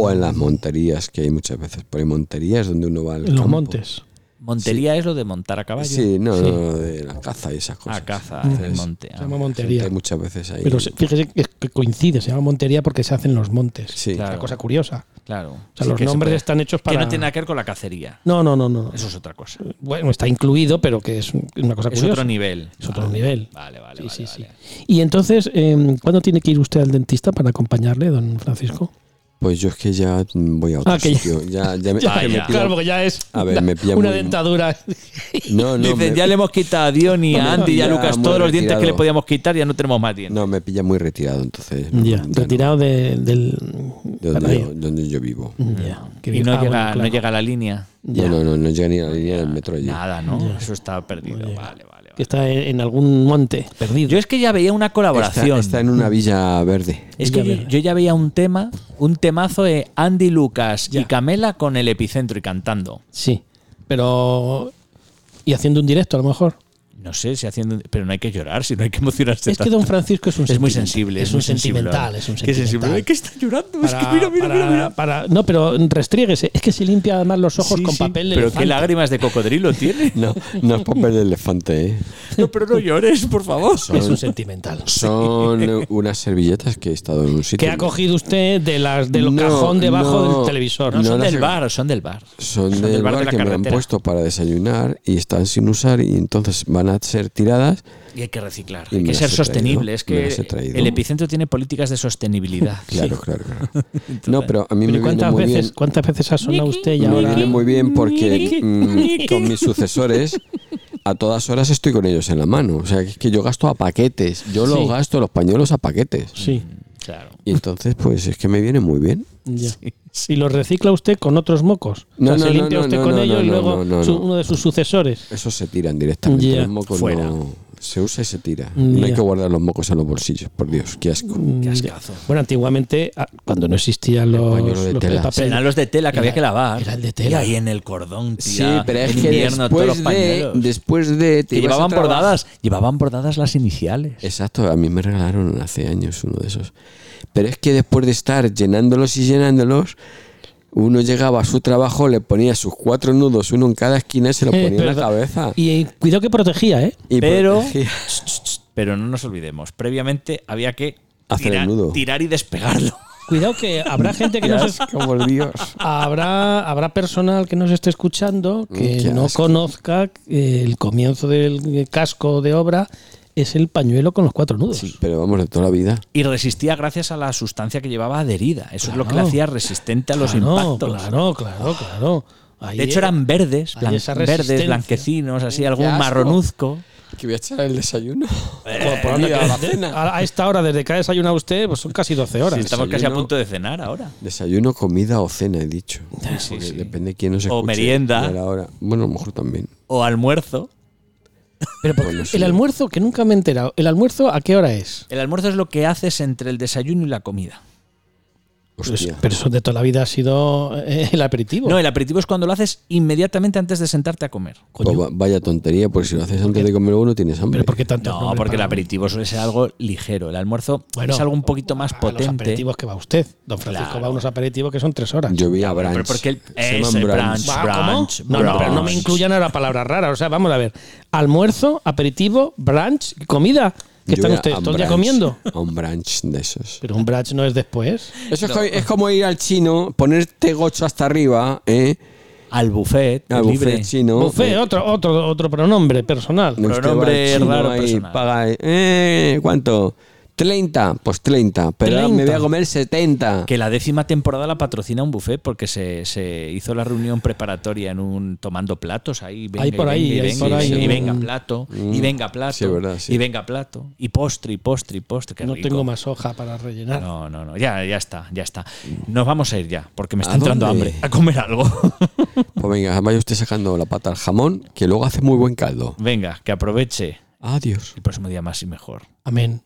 [SPEAKER 3] O en las monterías, que hay muchas veces por ahí monterías donde uno va al
[SPEAKER 4] En los
[SPEAKER 3] campo.
[SPEAKER 4] montes.
[SPEAKER 2] Montería es lo de montar a caballo.
[SPEAKER 3] Sí, no, no, de la caza y esas cosas.
[SPEAKER 2] A caza,
[SPEAKER 3] Entonces,
[SPEAKER 2] en monte.
[SPEAKER 4] Se llama
[SPEAKER 2] Ah,
[SPEAKER 4] montería.
[SPEAKER 3] Hay muchas veces ahí.
[SPEAKER 4] Pero se- fíjese que que coincide, se llama montería porque se hace en los montes.
[SPEAKER 3] sí.
[SPEAKER 4] Es
[SPEAKER 2] claro.
[SPEAKER 4] una cosa curiosa.
[SPEAKER 2] Claro.
[SPEAKER 4] O sea,
[SPEAKER 2] Sí,
[SPEAKER 4] los
[SPEAKER 2] que se
[SPEAKER 4] nombres
[SPEAKER 2] puede.
[SPEAKER 4] están hechos para.
[SPEAKER 2] Que no tiene nada que ver con la cacería.
[SPEAKER 4] no, no, no, no, no.
[SPEAKER 2] Eso es otra cosa.
[SPEAKER 4] Bueno, está incluido, pero que es un- una cosa
[SPEAKER 2] Es
[SPEAKER 4] curiosa.
[SPEAKER 2] otro nivel.
[SPEAKER 4] Es otro
[SPEAKER 2] Vale,
[SPEAKER 4] nivel.
[SPEAKER 2] Vale, vale,
[SPEAKER 4] Sí,
[SPEAKER 2] vale.
[SPEAKER 4] sí, sí. em,
[SPEAKER 2] vale.
[SPEAKER 4] Y entonces, eh, ¿cuándo tiene que ir usted al dentista para acompañarle, don Francisco?
[SPEAKER 3] Pues yo es que ya mm, voy a otro
[SPEAKER 4] Ah, que ya-
[SPEAKER 3] sitio. Ya, ya me,
[SPEAKER 2] Ya,
[SPEAKER 3] que me
[SPEAKER 2] ya.
[SPEAKER 3] pido-
[SPEAKER 4] Claro, porque ya es
[SPEAKER 3] A ver,
[SPEAKER 4] una-
[SPEAKER 3] me pilla
[SPEAKER 4] una
[SPEAKER 3] muy-
[SPEAKER 4] dentadura.
[SPEAKER 3] No, no,
[SPEAKER 2] Dicen,
[SPEAKER 3] me-
[SPEAKER 2] ya le hemos quitado a Diony, a Andy y a
[SPEAKER 3] Ya,
[SPEAKER 2] Lucas
[SPEAKER 3] muy
[SPEAKER 2] todos los dientes que
[SPEAKER 3] retirado.
[SPEAKER 2] le podíamos quitar, ya no tenemos más dientes.
[SPEAKER 3] no, me pilla muy retirado, entonces. no,
[SPEAKER 4] Ya,
[SPEAKER 3] no,
[SPEAKER 4] retirado de- del.
[SPEAKER 3] de donde, yo, donde yo vivo.
[SPEAKER 4] Ya, que
[SPEAKER 2] Y
[SPEAKER 4] bien.
[SPEAKER 2] no,
[SPEAKER 4] Ah,
[SPEAKER 2] llega,
[SPEAKER 4] bueno, claro.
[SPEAKER 2] no llega a la línea.
[SPEAKER 4] Ya.
[SPEAKER 3] No, no, no, no llega ni a la línea del metro allí.
[SPEAKER 2] Nada, ¿no? Eso está perdido. Vale, vale,
[SPEAKER 4] Que
[SPEAKER 2] vale.
[SPEAKER 4] está en, en algún monte perdido.
[SPEAKER 2] Yo es que ya veía una
[SPEAKER 3] Está,
[SPEAKER 2] colaboración.
[SPEAKER 3] está en una villa verde.
[SPEAKER 2] Es que
[SPEAKER 4] Ya
[SPEAKER 2] yo,
[SPEAKER 4] verás.
[SPEAKER 2] yo ya veía un tema, un temazo de Andy Lucas y
[SPEAKER 4] Ya.
[SPEAKER 2] Camela con el epicentro y cantando.
[SPEAKER 4] Sí. Pero. Y haciendo un directo, a lo mejor.
[SPEAKER 2] No sé si haciendo. Pero no hay que llorar, si no hay que emocionarse.
[SPEAKER 4] Es que
[SPEAKER 2] tanto.
[SPEAKER 4] Don Francisco es un
[SPEAKER 2] es muy
[SPEAKER 4] sentimental,
[SPEAKER 2] sensible.
[SPEAKER 4] Es, un sentimental.
[SPEAKER 2] sensible.
[SPEAKER 4] Es un
[SPEAKER 2] Qué sensible.
[SPEAKER 4] sentimental.
[SPEAKER 2] Ay, que está llorando. es que
[SPEAKER 4] Para-
[SPEAKER 2] mira, mira,
[SPEAKER 4] para-
[SPEAKER 2] mira, mira.
[SPEAKER 4] para- no, pero restríguese. Es que se limpia además los ojos
[SPEAKER 2] Sí,
[SPEAKER 4] con
[SPEAKER 2] sí.
[SPEAKER 4] papel de
[SPEAKER 2] Pero qué
[SPEAKER 4] elefante.
[SPEAKER 2] lágrimas de cocodrilo tiene.
[SPEAKER 3] No, no es papel de elefante, ¿eh?
[SPEAKER 2] No, pero no llores, por favor.
[SPEAKER 4] Es un sentimental.
[SPEAKER 3] Son unas servilletas que he estado en un sitio.
[SPEAKER 4] ¿Qué ha cogido usted de las, del
[SPEAKER 3] No,
[SPEAKER 4] cajón debajo
[SPEAKER 3] no.
[SPEAKER 4] del televisor?
[SPEAKER 2] No,
[SPEAKER 3] No,
[SPEAKER 2] son
[SPEAKER 3] no
[SPEAKER 2] del
[SPEAKER 3] sé.
[SPEAKER 2] bar, son del bar.
[SPEAKER 3] Son
[SPEAKER 2] Son
[SPEAKER 3] del, bar,
[SPEAKER 2] de la
[SPEAKER 3] que me han
[SPEAKER 2] carretera.
[SPEAKER 3] puesto para desayunar y están sin usar y entonces van a ser tiradas.
[SPEAKER 2] Y hay que reciclar,
[SPEAKER 3] Y
[SPEAKER 2] hay
[SPEAKER 3] me
[SPEAKER 2] que
[SPEAKER 3] las
[SPEAKER 2] ser
[SPEAKER 3] he traído,
[SPEAKER 2] sostenible. Es
[SPEAKER 3] me
[SPEAKER 2] que
[SPEAKER 3] las he traído.
[SPEAKER 2] el epicentro tiene políticas de sostenibilidad.
[SPEAKER 3] Claro, claro, claro. No, pero a mí me
[SPEAKER 4] Pero
[SPEAKER 3] viene
[SPEAKER 4] ¿cuántas
[SPEAKER 3] muy
[SPEAKER 4] veces,
[SPEAKER 3] bien.
[SPEAKER 4] ¿cuántas veces ha sonado usted y
[SPEAKER 3] Me
[SPEAKER 4] ahora?
[SPEAKER 3] viene muy bien porque mm, con mis sucesores a todas horas estoy con ellos en la mano. O sea, que es que yo gasto a paquetes. Yo
[SPEAKER 4] Sí.
[SPEAKER 3] los gasto los pañuelos a paquetes.
[SPEAKER 4] Sí.
[SPEAKER 2] Claro.
[SPEAKER 3] Y entonces, pues es que me viene muy bien.
[SPEAKER 4] ya. Y los recicla usted con otros mocos.
[SPEAKER 3] No,
[SPEAKER 4] o sea,
[SPEAKER 3] no,
[SPEAKER 4] se
[SPEAKER 3] no,
[SPEAKER 4] limpia
[SPEAKER 3] no,
[SPEAKER 4] usted
[SPEAKER 3] no,
[SPEAKER 4] con
[SPEAKER 3] no,
[SPEAKER 4] ellos y
[SPEAKER 3] no,
[SPEAKER 4] luego
[SPEAKER 3] no, no,
[SPEAKER 4] su-
[SPEAKER 3] no.
[SPEAKER 4] uno de sus sucesores.
[SPEAKER 3] Esos se tiran directamente.
[SPEAKER 4] Ya. Mm,
[SPEAKER 3] Los mocos
[SPEAKER 2] Fuera.
[SPEAKER 3] no- se usa y se tira. No hay
[SPEAKER 4] Ya. Mm.
[SPEAKER 3] que guardar los mocos en los bolsillos, por Dios, qué asco.
[SPEAKER 2] Qué ascazo.
[SPEAKER 4] Bueno, antiguamente, ah, cuando no existían los,
[SPEAKER 3] pañuelo de
[SPEAKER 4] los
[SPEAKER 3] tela.
[SPEAKER 4] el papel,
[SPEAKER 2] Eran los de tela que
[SPEAKER 4] Era-
[SPEAKER 2] había que lavar.
[SPEAKER 4] era el de tela.
[SPEAKER 2] Y ahí en el cordón,
[SPEAKER 3] Sí,
[SPEAKER 2] tía,
[SPEAKER 3] pero es
[SPEAKER 2] en
[SPEAKER 3] que
[SPEAKER 2] invierno todos los
[SPEAKER 3] después de,
[SPEAKER 2] pañuelos.
[SPEAKER 3] después de te
[SPEAKER 2] que
[SPEAKER 3] ibas a
[SPEAKER 2] llevaban
[SPEAKER 3] trabajar-
[SPEAKER 2] bordadas, llevaban bordadas las iniciales.
[SPEAKER 3] Exacto, a mí me regalaron hace años uno de esos. Pero es que después de estar llenándolos y llenándolos, uno llegaba a su trabajo, le ponía sus cuatro nudos, uno en cada esquina, y se lo
[SPEAKER 4] Eh,
[SPEAKER 3] ponía en la
[SPEAKER 4] perdón.
[SPEAKER 3] cabeza.
[SPEAKER 4] Y, eh, cuidado que protegía, ¿eh?
[SPEAKER 3] Y pues,
[SPEAKER 2] pero,
[SPEAKER 3] protegía.
[SPEAKER 2] pero no nos olvidemos, previamente había que
[SPEAKER 3] Hacer el
[SPEAKER 2] tirar,
[SPEAKER 3] nudo.
[SPEAKER 2] tirar y despegarlo.
[SPEAKER 4] Cuidado que habrá gente que no se...
[SPEAKER 3] Como Dios.
[SPEAKER 4] Habrá, habrá personal que nos esté escuchando
[SPEAKER 3] Mm,
[SPEAKER 4] que
[SPEAKER 3] qué
[SPEAKER 4] no
[SPEAKER 3] asco.
[SPEAKER 4] conozca que el comienzo del casco de obra es el pañuelo con los cuatro nudos.
[SPEAKER 3] Pero vamos, de toda la vida.
[SPEAKER 2] Y resistía gracias a la sustancia que llevaba adherida. Eso es lo que le
[SPEAKER 4] Claro.
[SPEAKER 2] hacía resistente a los
[SPEAKER 4] claro,
[SPEAKER 2] impactos.
[SPEAKER 4] claro, claro, claro. Ahí
[SPEAKER 2] De hecho,
[SPEAKER 4] era-
[SPEAKER 2] eran verdes,
[SPEAKER 4] hay
[SPEAKER 2] blan-
[SPEAKER 4] esa
[SPEAKER 2] verdes,
[SPEAKER 4] resistencia.
[SPEAKER 2] blanquecinos, así, algún
[SPEAKER 3] asco.
[SPEAKER 2] marronuzco.
[SPEAKER 3] Que voy a echar el desayuno.
[SPEAKER 4] Por ahora que- eh, a, a esta hora, desde que ha desayunado usted, pues son casi 12 horas.
[SPEAKER 2] Sí, estamos casi a
[SPEAKER 3] desayuno.
[SPEAKER 2] punto de cenar ahora.
[SPEAKER 3] Desayuno, comida o cena, he dicho. Porque
[SPEAKER 2] sí.
[SPEAKER 3] Depende de quién nos escuche.
[SPEAKER 2] O merienda.
[SPEAKER 3] y a la hora. Bueno, a lo mejor también.
[SPEAKER 2] O almuerzo.
[SPEAKER 4] Pero por-
[SPEAKER 3] Bueno, sí.
[SPEAKER 4] el almuerzo, que nunca me he enterado, ¿el almuerzo a qué hora es?
[SPEAKER 2] El almuerzo es lo que haces entre el desayuno y la comida.
[SPEAKER 3] Hostia.
[SPEAKER 4] Pues, Pero eso de toda la vida ha sido eh, el aperitivo.
[SPEAKER 2] No, el aperitivo es cuando lo haces inmediatamente antes de sentarte a comer.
[SPEAKER 4] Coño,
[SPEAKER 3] Pues va- vaya tontería, porque si lo haces antes de comer uno tienes hambre.
[SPEAKER 4] pero ¿por qué tanto?
[SPEAKER 2] No,
[SPEAKER 4] nombre
[SPEAKER 2] porque el
[SPEAKER 4] para-
[SPEAKER 2] aperitivo suele ser algo ligero. El almuerzo
[SPEAKER 4] Bueno,
[SPEAKER 2] es algo un poquito más
[SPEAKER 4] para Los
[SPEAKER 2] potente.
[SPEAKER 4] aperitivos que va usted. Don Francisco
[SPEAKER 2] Claro.
[SPEAKER 4] va a unos aperitivos que son tres horas.
[SPEAKER 3] Yo vi a Branch.
[SPEAKER 2] Pero porque el,
[SPEAKER 3] Se llaman
[SPEAKER 2] ese, brunch,
[SPEAKER 3] Branch.
[SPEAKER 4] Va, ¿cómo?
[SPEAKER 2] brunch,
[SPEAKER 4] No, no, pero no me
[SPEAKER 2] brunch.
[SPEAKER 4] incluyan ahora palabras raras. O sea, vamos a ver. Almuerzo, aperitivo, brunch, comida.
[SPEAKER 3] Yo
[SPEAKER 4] ¿Qué están
[SPEAKER 3] voy a-
[SPEAKER 4] ustedes
[SPEAKER 3] a
[SPEAKER 4] todo el día
[SPEAKER 3] brunch,
[SPEAKER 4] comiendo?
[SPEAKER 3] A un brunch de esos.
[SPEAKER 4] Pero un brunch no es después.
[SPEAKER 3] Eso es, co- es como ir al chino, ponerte gocho hasta arriba, ¿eh?
[SPEAKER 2] Al buffet,
[SPEAKER 3] Al
[SPEAKER 2] libre.
[SPEAKER 3] buffet chino.
[SPEAKER 4] Buffet,
[SPEAKER 3] eh,
[SPEAKER 4] otro, otro, otro pronombre personal.
[SPEAKER 3] no, usted va al
[SPEAKER 2] pronombre
[SPEAKER 3] chino
[SPEAKER 2] raro
[SPEAKER 3] ahí,
[SPEAKER 2] personal.
[SPEAKER 3] paga, eh, ¿cuánto? 30, pues 30, pero ahora me voy a comer 70.
[SPEAKER 2] Que la décima temporada la patrocina un buffet porque se, se hizo la reunión preparatoria en un tomando platos ahí. Venga,
[SPEAKER 4] Ahí
[SPEAKER 2] y
[SPEAKER 4] por ahí,
[SPEAKER 2] venga, y
[SPEAKER 4] ahí
[SPEAKER 2] venga,
[SPEAKER 4] por
[SPEAKER 2] y
[SPEAKER 4] ahí,
[SPEAKER 2] venga, y
[SPEAKER 4] un-
[SPEAKER 2] venga plato, y venga plato,
[SPEAKER 3] Mm. Sí, es verdad, sí.
[SPEAKER 2] y venga plato, y postre, y postre, y postre. qué
[SPEAKER 4] no
[SPEAKER 2] rico.
[SPEAKER 4] tengo más hoja para rellenar.
[SPEAKER 2] No, no, no, ya, ya está, ya está. Nos vamos a ir ya, porque me está
[SPEAKER 3] ¿A
[SPEAKER 2] entrando
[SPEAKER 3] dónde?
[SPEAKER 2] hambre. A comer algo.
[SPEAKER 3] Pues venga, vaya usted sacando la pata al jamón, que luego hace muy buen caldo.
[SPEAKER 2] Venga, que aproveche
[SPEAKER 3] Adiós.
[SPEAKER 2] el próximo día más y mejor.
[SPEAKER 4] Amén.